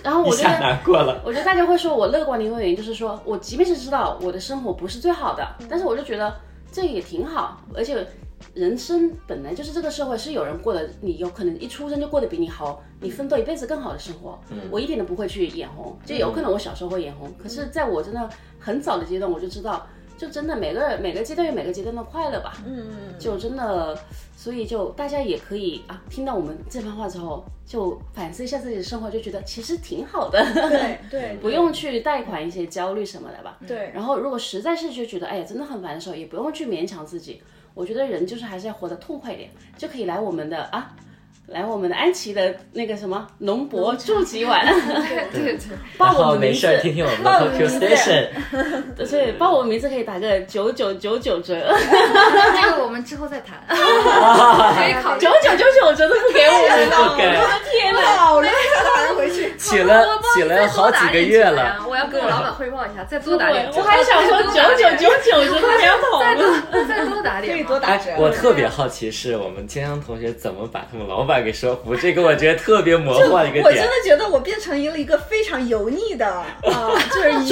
然后
一
我觉
下
得。
难过了，
我觉得大家会说我乐观的一个原因就是说，我即便是知道我的生活不是最好的，
嗯
但是我就觉得这也挺好，而且人生本来就是这个社会是有人过的，你有可能一出生就过得比你好，
嗯
你奋斗一辈子更好的生活。我一点都不会去眼红，
嗯
就有可能我小时候会眼红，可是在我真的很早的阶段我就知道，就真的每个每个阶段有每个阶段的快乐吧。
嗯，
就真的，所以就大家也可以啊，听到我们这番话之后，就反思一下自己的生活，就觉得其实挺好的。
对对
不用去贷款一些焦虑什么的吧。
对，
然后如果实在是就觉得哎呀真的很烦的时候，也不用去勉强自己。我觉得人就是还是要活得痛快一点，就可以来我们的啊，来我们的安琪的那个什么农博住几晚，
对对对，
报
然
我
后
们名
没事儿
字，
听听我们的 Tokyo Station，
对，报我们名字可以打个九九九九折，
这个我们之后再 谈，可以考虑
九九九九折都不给我们
不给
了，我的天哪！
好累，还回去。
起了起了好几个月了，，
我要跟我老板汇报一下，再多打点
我我还想说九九九九折都不要跑了。
九， 再多打点，
可以多打折。
啊
啊
我特别好奇是我们江江同学怎么把他们老板给说服，这个我觉得特别魔幻的一个
我真
点
的。觉得我变成了一个非常油腻的，啊，就是油腻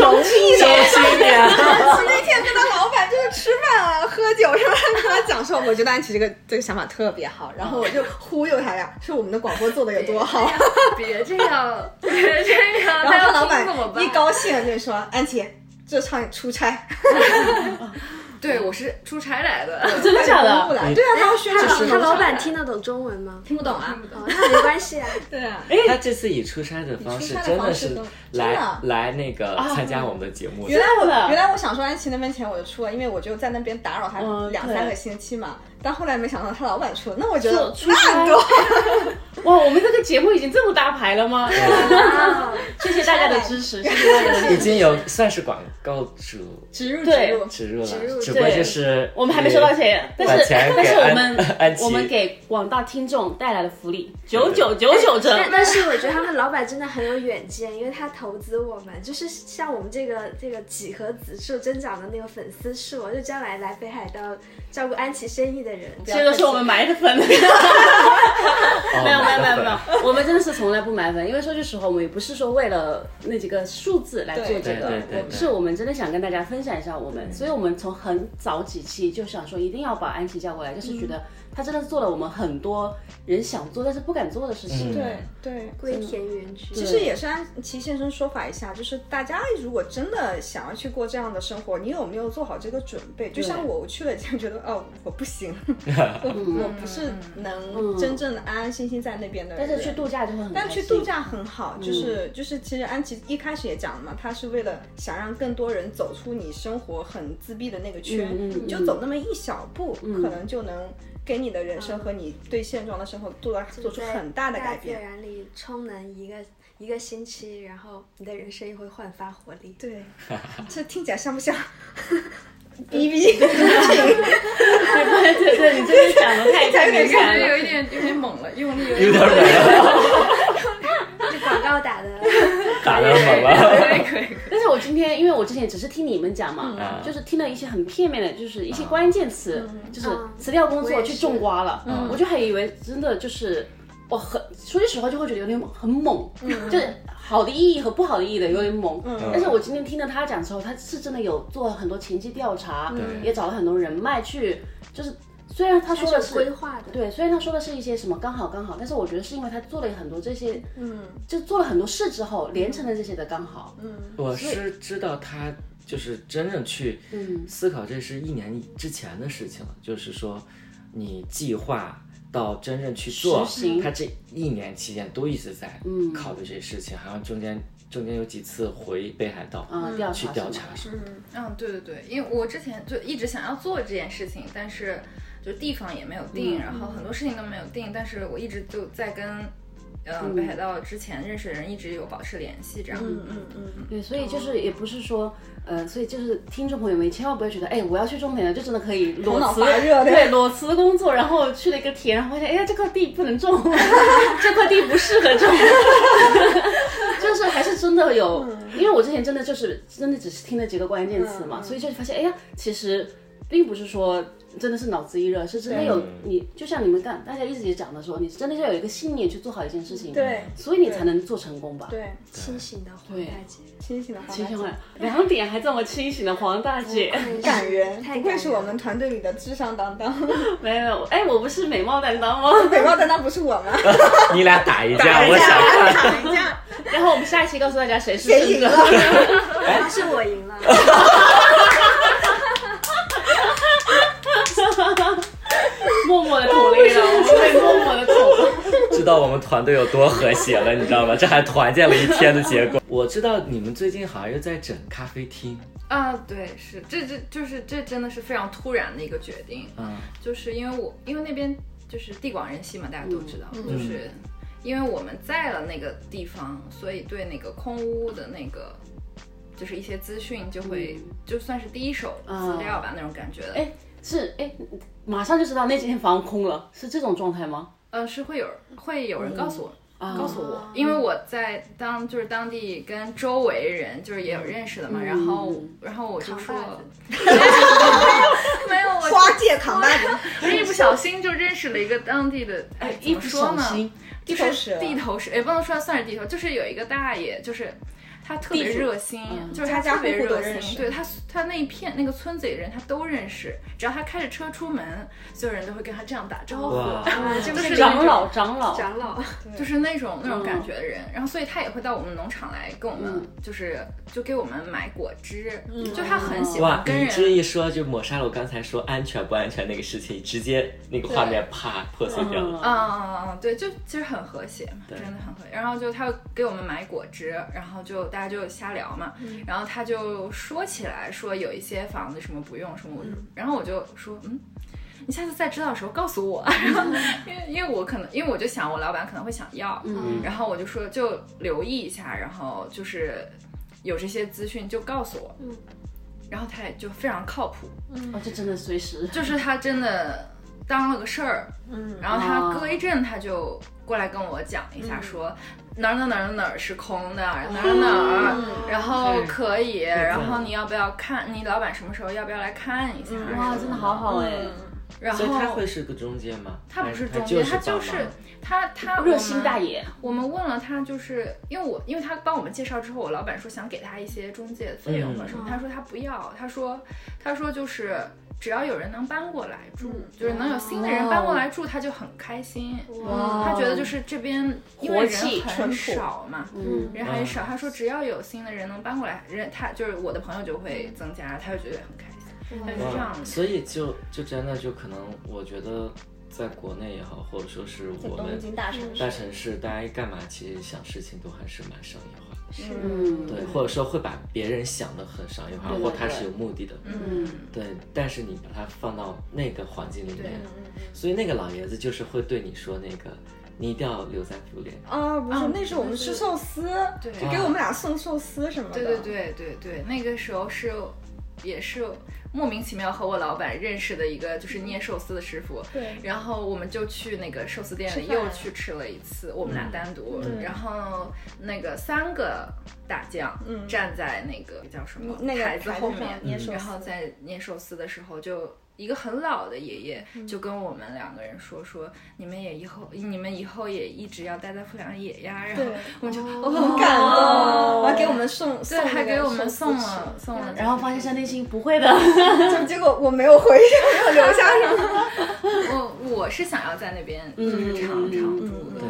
周
的。
青年，
那天跟他老板就是吃饭啊、喝酒什么，跟他讲说，我觉得安琪这个这个想法特别好，然后我就忽悠他呀，说我们的广播做的有多好。
别这样，别这样，
然后他
他
老
要听怎么
板
办？
一高兴就说：“安琪，这场出差。”
对，我是出差来的，
真的假
公布
的？
来，对啊，他要宣
他
传
老他
的
老板听得懂中文吗？
听不懂啊，
哦，那没关系啊。
对啊，
他这次以出差的方式
以出差
真
的
的
方式
是
都真
来
的
来那个
啊
参加我们的节目，
原来我
真的
原来我想说安琪那边前我就出了，因为我就在那边打扰他
嗯
两
对
三个星期嘛。但后来没想到他老板出了，那我觉
是
得
出
那很多。
哇，我们这个节目已经这么大牌了吗？谢谢大家的支持，谢谢大家的支
已
持。
经有算是广告主
植入
对
植入，
植入
植入
了，只不过
对
就是
我们还没收到钱，但
把
是
钱给
但是
安
我们
安琪
我们给广大听众带来了福利，九九九九折。
哎
但但是我觉得他们老板真的很有远见，因为他投资我们，就是像我们这个这个几何指数增长的那个粉丝数，就将来来北海道照顾安琪生意的人，
这个是我们埋的粉，没
哦
有 没有没有没
粉
有，我们真的是从来不埋粉，因为说句实话，我们也不是说为了那几个数字来做
对
这
对
个
对，对嗯
我们是我们真的想跟大家分享一下我们，所以我们从很早几期就想说一定要把安琪叫过来，就是觉得她真的做了我们很多人想做但是不敢做的事情。
嗯
对对，
归
真的
田园区。
其实也是按齐先生说法一下，就是大家如果真的想要去过这样的生活，你有没有做好这个准备？就像我，我去了，这样觉得哦，我 不行，我我不是能真正的安安心心在那边的人。
嗯但是去度假就会很，
但去度，假很好，就是、就是，其实安琪一开始也讲了嘛，她是为了想让更多人走出你生活很自闭的那个圈，
嗯嗯嗯
你就走那么一小步，可能就能给你的人生和你对现状的生活做到做出很大的改
大自
变。
然里充能一个一个星期，然后你的人生又会焕发活力。
对，这听起来像不像逼 逼？
对对对，你这个讲的 太太敏
感
感
觉有
了。
一点有点猛了，用力有
有
点
点儿
这广告 打的，
打的 猛了，
可以可以可以。
但是我今天，因为我之前只是听你们讲嘛，
嗯
就是听了一些很片面的，就是一些关键词，就是辞掉工
我
作
也
去
是
种瓜了，我就还以为真的就是。我很说句实话，就会觉得有点很猛，就是好的意义和不好的意义的有点猛。但是我今天听了他讲之后，他是真的有做很多前期调查，也找了很多人脉去，就是虽然他
它
说
是
的
有
是
规划的。
对，虽然他说的是一些什么刚好刚好，但是我觉得是因为他做了很多这些，嗯，就做了很多事之后连成了这些的刚好，嗯，
我是知道他就是真正去思考，这是一年之前的事情了。就是说，你计划到真正去做
实行，
他这一年期间都一直在考虑这些事情，好像中间中间有几次回北海道
嗯
啊调查
去
什
调
么
查什么的。
嗯，对对对，因为我之前就一直想要做这件事情，但是就地方也没有定，然后很多事情都没有定，但是我一直就在跟。呃，北海道之前认识的人一直有保持联系，这样。嗯嗯嗯。
对，所以就是也不是说，呃，所以就是听众朋友们千万不要觉得，哎，我要去种田了，就真的可以裸
脑
辞
发，热对
对，裸辞工作，然后去了一个田，然后发现，哎呀，这块地不能种， 这块地不适合种， 就是还是真的有，
嗯
因为我之前真的就是真的只是听了几个关键词
嗯
嘛，所以就发现，哎呀，其实并不是说。真的是脑子一热，是真的有你，就像你们干，大家一直也讲的说，你真的要有一个信念去做好一件事情，
对
所以你才能做成功吧。
对，
清醒的黄大姐，
清醒的话，
清醒了，两点还这么清醒的黄大 姐，
感人，
太
不愧
感
是
人
我们团队里的智商担当。
没有，哎，我不是美貌担当吗？
北高担当不是我吗？
你俩打一架，我想看。
等一下，
然后我们下一期告诉大家谁是
谁
真
赢
正。
了？
但是我 赢了。
默默的投了一刀，我被默默的投了。
知道我们团队有多和谐了，你知道吗？这还团建了一天的结果。我知道你们最近好像又在整咖啡厅，
啊，对，是这这就是这真的是非常突然的一个决定，
嗯，
就是因为我因为那边就是地广人稀嘛，大家都知道，就是因为我们在了那个地方，所以对那个空屋的那个就是一些资讯就会、就算是第一手资料吧、那种感觉的，
哎是哎，马上就知道那几天房空了，是这种状态吗？
呃，是会有会有人告诉我。
啊
告诉我，因为我在当就是当地跟周围人就是也有认识的嘛，然后然后我就说
扛把子，
没有 我
花界扛把 子，
一不小心就认识了一个当地的，哎，怎
一
么
不
说
小
呢？
心，
地
就
头
是
蛇，
地头蛇，也不能说算是地头，就是有一个大爷，就是他特别热心，
嗯
就是他
家家
特
户户
别
都
热
认
心，
识
对他他那一片那个村子里人他都认识，只要他开着车出门，所有人都会跟他这样打招呼，
哇，
啊，就
就是
是
长老，长老，
长老，
就是那种那种感觉的人。然后所以他也会到我们农场来跟我们，
嗯
就是就给我们买果汁，就他很喜欢
哇，
跟
你这
人。
一说就抹杀了我刚才说安全不安全那个事情，直接那个画面啪破碎掉了。
嗯嗯嗯嗯，对，就其实很和谐嘛，
对
真的很和谐。然后就他会给我们买果汁，然后就大家就瞎聊嘛，
嗯
然后他就说起来说有一些房子什么不用什么，我就然后我就说嗯。你下次再知道的时候告诉我， 然后因为因为我可能因为我就想我老板可能会想要，
嗯
然后我就说就留意一下，然后就是有这些资讯就告诉我，
嗯
然后他也就非常靠谱，
哦，这真的随时
就是他真的当了个事儿，
嗯
然后
哦
他隔一阵他就过来跟我讲一
嗯
下，说哪儿哪儿哪儿哪儿是空的，哪
哦
儿哪儿哪儿，然后可以，然后你要不要看？你老板什么时候要不要来看一下？
嗯哇，真的好
嗯
好哎，
然
所以他
后
会是个中介吗？
他不是
还
中介，他
他
就
就是嗯
他他
热心大
爷。
爷，
我们问了他，就是因为我因为他帮我们介绍之后，我老板说想给他一些中介费用和什么，
嗯
他说他不要，他说他说就是只要有人能搬过来住，
嗯
就是能有新的人搬过来住，他就很开心。
哇
他觉得就是这边因为
活
人
哦气
很
淳朴
少嘛，
嗯，
人很少，他说只要有新的人能搬过来，人他就是我的朋友就会增加，他就觉得很开
嗯
心，他就是这样的。
所以就就真的就可能，我觉得在国内也好，或者说是
在
我
东
们
京大城市
大，城市，大家干嘛其实想事情都还是蛮商业化，
嗯，
对，或者说会把别人想的很商业化，
对对
或他
对
是有目的的，
嗯，
对。但是你把它放到那个环境里面，所以那个老爷子就是会对你说那个，你一定要留在福联。
啊，不是，
啊
那是我们吃寿司，
对
就给我们俩送寿司什么的。
对对对对对，那个时候是也是莫名其妙和我老板认识的一个就是捏寿司的师傅，
对
然后我们就去那个寿司店里
吃饭
又去吃了一次，我们俩单独，
嗯
然后那个三个大将
嗯
站在那个叫什么、
那个
台子后
台子
面
上，捏寿司
然后在捏寿司的时候就。一个很老的爷爷
嗯
就跟我们两个人说说，你们也以后，你们以后也一直要待在富良野呀。然后
对
我们就
哦
哦，
很感动，
哦
还给我们送，送那
对，
个
还给我
寿
们
司
送了送了，
然后发现 下内心不会的，
就结果我没有回，没有留下什么。
我我是想要在那边就是常常住
嗯
的，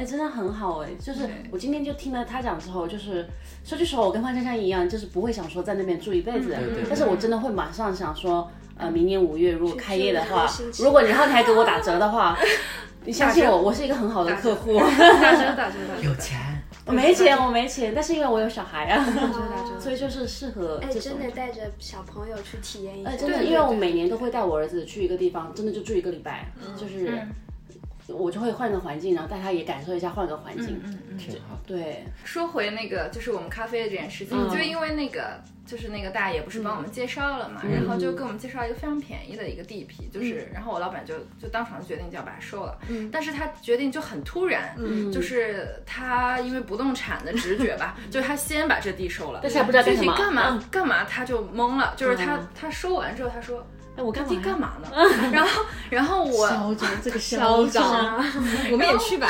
哎，真的很好哎、就是
对
我今天就听了他讲之后，就是说句实话，我跟范珊珊一样，就是不会想说在那边住一辈子，
对对
但是我真的会马上想说，呃，明年五月如果开业的话
去住一个星，期
如果然后你还给我打折的话，你相信
打
我，
折
我是一个很好的客户。
打折打折打折，有钱
钱，
我没钱，我没钱，但是因为我有小孩啊，
打折，
所以就是适合
哎，
这
真
种。
的带着小朋友去体验一下，
哎，真的，
对
因为我每年都会带我儿子去一个地方，真的就住一个礼拜，就是
嗯
我就会换个环境，然后带他也感受一下换个环境。
嗯嗯。
挺好的。
对，
说回那个就是我们咖啡这件事情，
嗯
就因为那个就是那个大爷不是帮我们介绍了
嗯
嘛，然后就给我们介绍一个非常便宜的一个地皮，就是、然后我老板就就当场决定就要把它收了，
嗯
但是他决定就很突然，就是他因为不动产的直觉吧，就是他先把这地收了，
嗯但是还不知道
具
干什
体
么。
干嘛、
嗯？
干嘛他就懵了，就是他、他收完之后他说。
哎，我干嘛
你
呀？
干嘛呢？ 然后，然后我，
长这个
嚣张，
我们也去吧。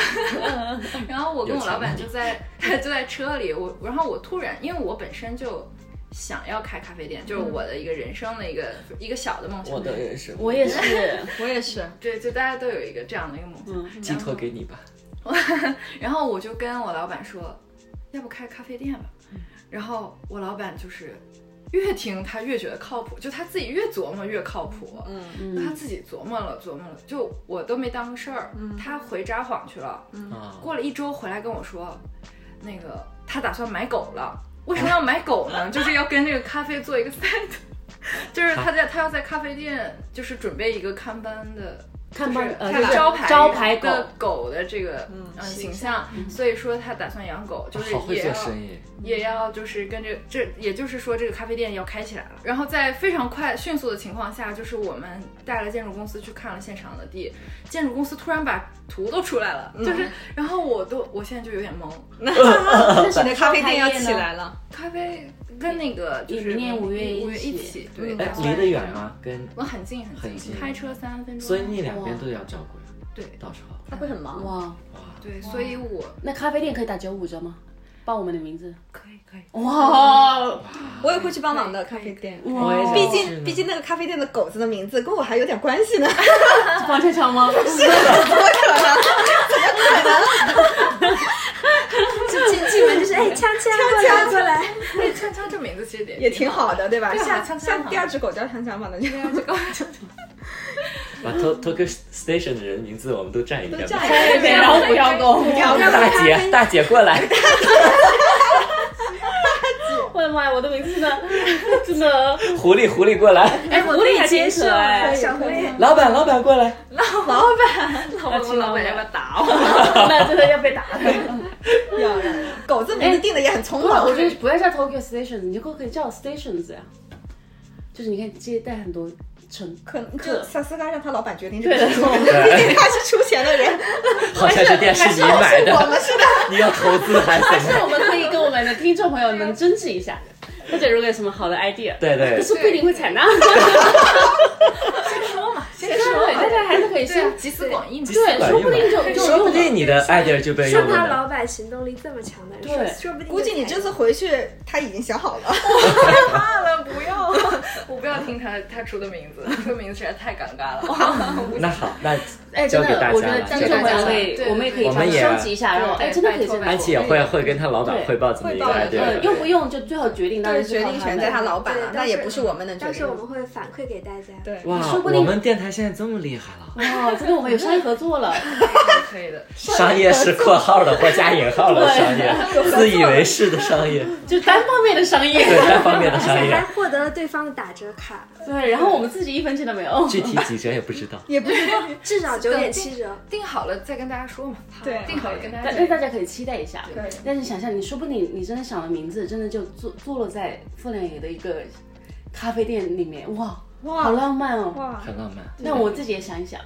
然后我跟我老板
有
就在 就在车里，我然后我突然，因为我本身就想要开咖啡店，就是我的一个人生的一个一个小的梦
嗯
想
我。的人生，
我也 是，
我也 是，
对，就大家都有一个这样的一个梦想。
寄托给你吧。
然后我就跟我老板说，要不开咖啡店吧。
嗯
然后我老板就是越听他越觉得靠谱，就他自己越琢磨越靠谱。
嗯，
他自己琢磨了琢磨了，就我都没当个事儿。
嗯
他回札幌去了。
啊，
过了一周回来跟我说，那个他打算买狗了。为什么要买狗 呢？就是要跟这个咖啡做一个 set，就是他在他要在咖啡店就是准备一个看班的。
看吧，呃，
就是
就是
招牌
招牌狗，
的狗的这个嗯
形
形象，所以说他打算养狗，就是
好会
也
做
要
生意，
也要就是跟这这，也就是说这个咖啡店要开起来了。然后在非常快迅速的情况下，就是我们带了建筑公司去看了现场的地，建筑公司突然把图都出来了，
嗯
就是，然后我都我现在就有点懵，
但是
你的咖啡店要起
了。
来了。
咖啡跟那个就是
明年五月一
五月
起
一起，对，
哎
打，算
离得
是
远吗？跟，
我很近很
很近
开车三分钟。
所以你两边都要照顾呀。
对
到时候
他会很忙，
哇，
哇，
对，所以我
那咖啡店可以打九五折吗？报我们的名字？
可以可以，
哇，
我也会去帮忙的咖啡店。
我也想
毕
去呢
竟，毕竟那个咖啡店的狗子的名字跟我还有点关系 呢。
是啊方恰恰吗？
就 进进门就 是哎，锵锵，过来过来，
对，锵锵这名字其实也
也挺好 的，对吧？
对啊
像
锵锵
像
嘛
第二只狗叫香香嘛，那就
这 个
把 To- Tokyo Station 的人名字我们都占一
啊
遍
这
吧。
样也可以。
然后不要狗，
大姐，大姐过来，
我的妈呀，我的名字真的 真的，
狐狸，狐狸过来，
哎，狐狸接受哎，
小狐狸，
老板，老板过来，
啊
老板 老板要不要打我？哦
那真的要被打的。
啊
要要 狗子名字定的也很啊
不
匆
是，
忙，
我觉得不要叫 Tokyo Station，你就可以叫 Stations 呀，就是你看接待很多乘客。
可能就萨斯嘎让他老板决定这
对
个
的
事情， 毕竟他是出钱的人，
好像是电视你买
我
的，
们是的。
你要投资还是怎
那
样？
我们可以跟我们的听众朋友们争执一下，大家如果有什么好的 idea，
对对
但，是不一定会采纳。
先说嘛，先说
对，
嘛，
大家还是可以
对啊
先，
集思广益嘛。
对，
管
说不
用
定就就
说不
用了。
定你的 idea 就被用
像
了
他
呢。
老板行动力这么强的人，
对
说说不定就
估计你这次回去他已经想好了，
怕了，不要， 我不要听他他出的名字，出的名字实在太尴尬了。
那好，那
哎，真
交给
的
大，
我
家
觉得听
了，交
众朋
给大
友
家。
们，我们也可以
我们也
收集一下，然后
对
哎，真的可以这
拜
安
样
托。
琪也会会跟他老板
对
汇报自己的
汇报
idea
呃，
的。
用不用就最后决定，当
对，
然是
决
靠
定
他
权
们
在他老板
对
了，
当
那也
时
不是我们能决
到时
定
候我
的。
们会反馈给大家。
对，
哇
说，不定
我们电台现在这么厉害了，
哦，真的我们有商业合作 了，
可以的，
商业是括号的或加引号的商业，自以为是的商业，
就单方面的商业。
对单方面的商
而且还
业，
获得了对方的打折卡，
对，然后我们自己一分钱都没有。
具体几折也不知道。
也不是
至少九点七折。
定好了再跟大家说嘛。
对
定好了跟大家
但但
讲。
大家可以期待一下。
对
但是想象，你说不定你真的想的名字，真的就坐坐落在傅良野的一个咖啡店里面，哇，
哇
好浪漫哦！
哇，
很 浪漫，
那我自己也想一想，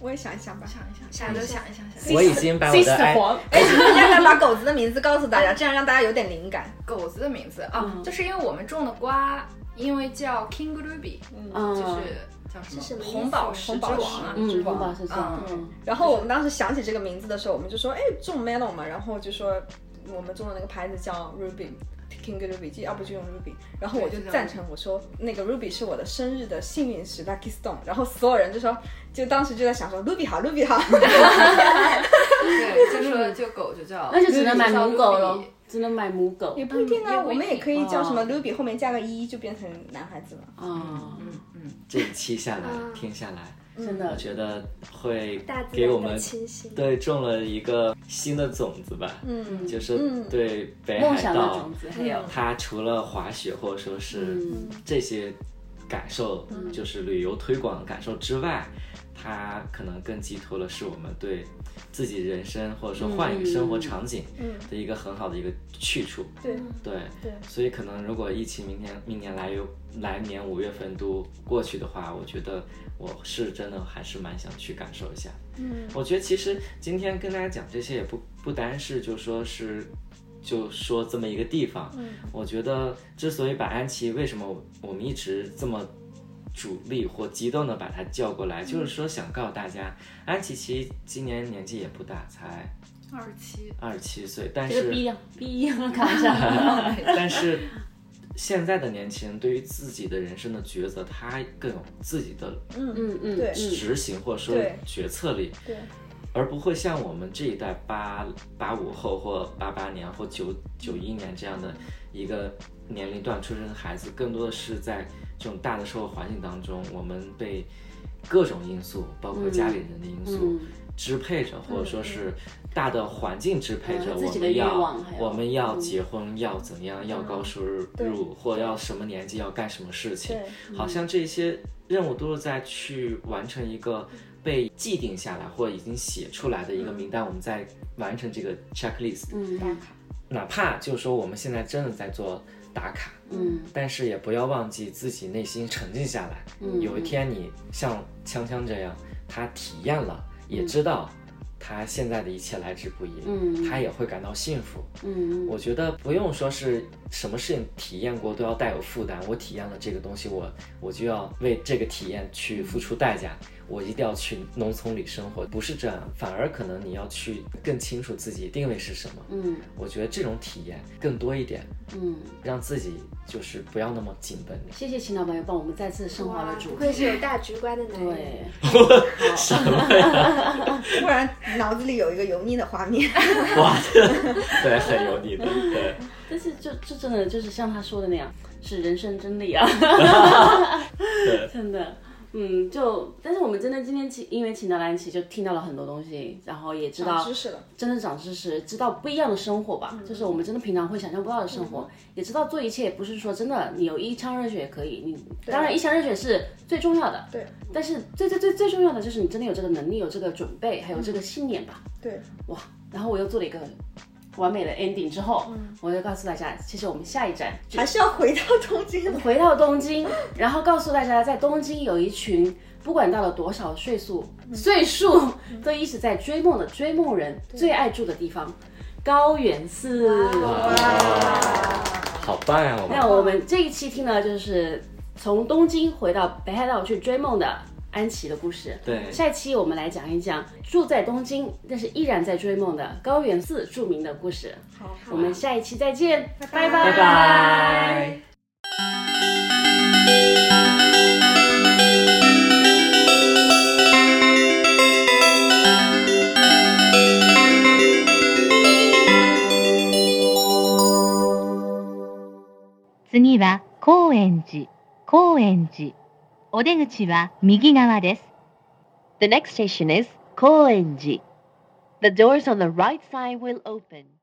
我也想一想吧。
想一想，想都想一想，想一想。
我已经把我的 i
黄，
哎，你们要不要把狗子的名字告诉大家，这样让大家有点灵感？
狗子的名字啊
嗯，
就是因为我们种的瓜，因为叫 King Ruby，
嗯，
就是叫
是
什
什
么
么意思
红宝石之王啊。
嗯，红宝石这样，嗯，
然后我们当时想起这个名字的时候，我们就说，哎，种 melon 嘛，然后就说我们种的那个牌子叫 ruby。King Ruby，就要不就用 Ruby，然后我就
对就叫
赞成我说那个 Ruby 是我的生日的幸运石 Lucky Stone，然后所有人就说，就当时就在想说 Ruby 好，Ruby 好，
对，就说就狗就叫，
那就只能买母狗
就
喽
叫 Ruby，
只能买母狗
也不一定
嗯也
啊，
不一定
我们也可以叫什 么
哦
Ruby 后面加个一就变成男孩子了。
啊，
嗯嗯。
这一期下来
嗯
听下来，
真
我
嗯
的，
觉得会
大自
给我
然
们
的清新。
对种了一个新的种子吧，
嗯
就是
嗯
对北
梦
海
想的
道
种，子还有，
它除了滑雪或者说是
嗯，
这些感受，就是旅游推广感受之外，它可能更寄托了是我们对自己人生或者说换一个生活场景的一个很好的一个去处。
对
对
对
所以可能如果疫情明年明年来有来年五月份都过去的话，我觉得我是真的还是蛮想去感受一下。嗯，我觉得其实今天跟大家讲这些也不不单是就说是。就说这么一个地方，我觉得之所以把安琪为什么我们一直这么主力或激动的把她叫过来，
嗯
就是说想告诉大家，安琪其实今年年纪也不大，才
二十七，哦
二十七岁，但
这
是
个逼样逼样，看一下，
但是现在的年轻人对于自己的人生的抉择，他更有自己的
嗯嗯，
对
嗯
执行或者说
对
决策力，
对
而不会像我们这一代八八五后或八八年或九九一年这样的一个年龄段出生的孩子，更多的是在这种大的社会环境当中，我们被各种因素，包括家里人的因素。
嗯
支配着，或者说是大的环境支配着，
嗯自
我
己的
们
欲
要
望还有嗯
我们要结婚，要怎样，要高收入，或要什么年纪要干什么事情，
嗯
好像这些任务都是在去完成一个被既定下来或已经写出来的一个名单，我们在完成这个 checklist。
嗯
哪怕就是说我们现在真的在做打卡，
嗯，
但是也不要忘记自己内心沉静下
嗯
来。有一天你像锵锵这样，他体验了，也知道他现在的一切来之不易，
嗯
他也会感到幸福。
嗯，
我觉得不用说是什么事情体验过都要带有负担，我体验了这个东西，我我就要为这个体验去付出代价，我一定要去农村里生活，不是这样，反而可能你要去更清楚自己定位是什么。
嗯
我觉得这种体验更多一点，
嗯，
让自己就是不要那么紧绷。
谢谢秦老板又帮我们再次升华
哇
了，主题。
不愧是有大局观的男人。
对，
突然脑子里有一个油腻的画面。
哇，对，很油腻的，对。
但是就就真的就是像他说的那样，是人生真理啊，真的。嗯，就但是我们真的今天请，因为请到蓝奇，就听到了很多东西，然后也知道
长知识了，
真的长知识，知道不一样的生活
嗯
吧，就是我们真的平常会想象不到的生活，也知道做一切不是说真的，你有一腔热血也可以，你当然一腔热血是最重要的，
对，
但是最最最最重要的就是你真的有这个能力，有这个准备，还有这个信念吧，
嗯对，
哇，然后我又做了一个完美的 ending 之后，我就告诉大家，其实我们下一站就
嗯还是要回到东京的。
回到东京，然后告诉大家，在东京有一群不管到了多少岁数，岁数都一直在追梦的追梦人最爱住的地方——高原寺。
哇，好棒啊呀、我们
那我们这一期听呢，就是从东京回到北海道去追梦的安琪的故事。
对
下一期我们来讲一讲住在东京，但是依然在追梦的高原寺著名的故事。
好，
我们下一期再见，拜
拜拜。
次は高円寺、高円寺。お出口は右側です。The next station is 高円寺。The doors on the right side will open.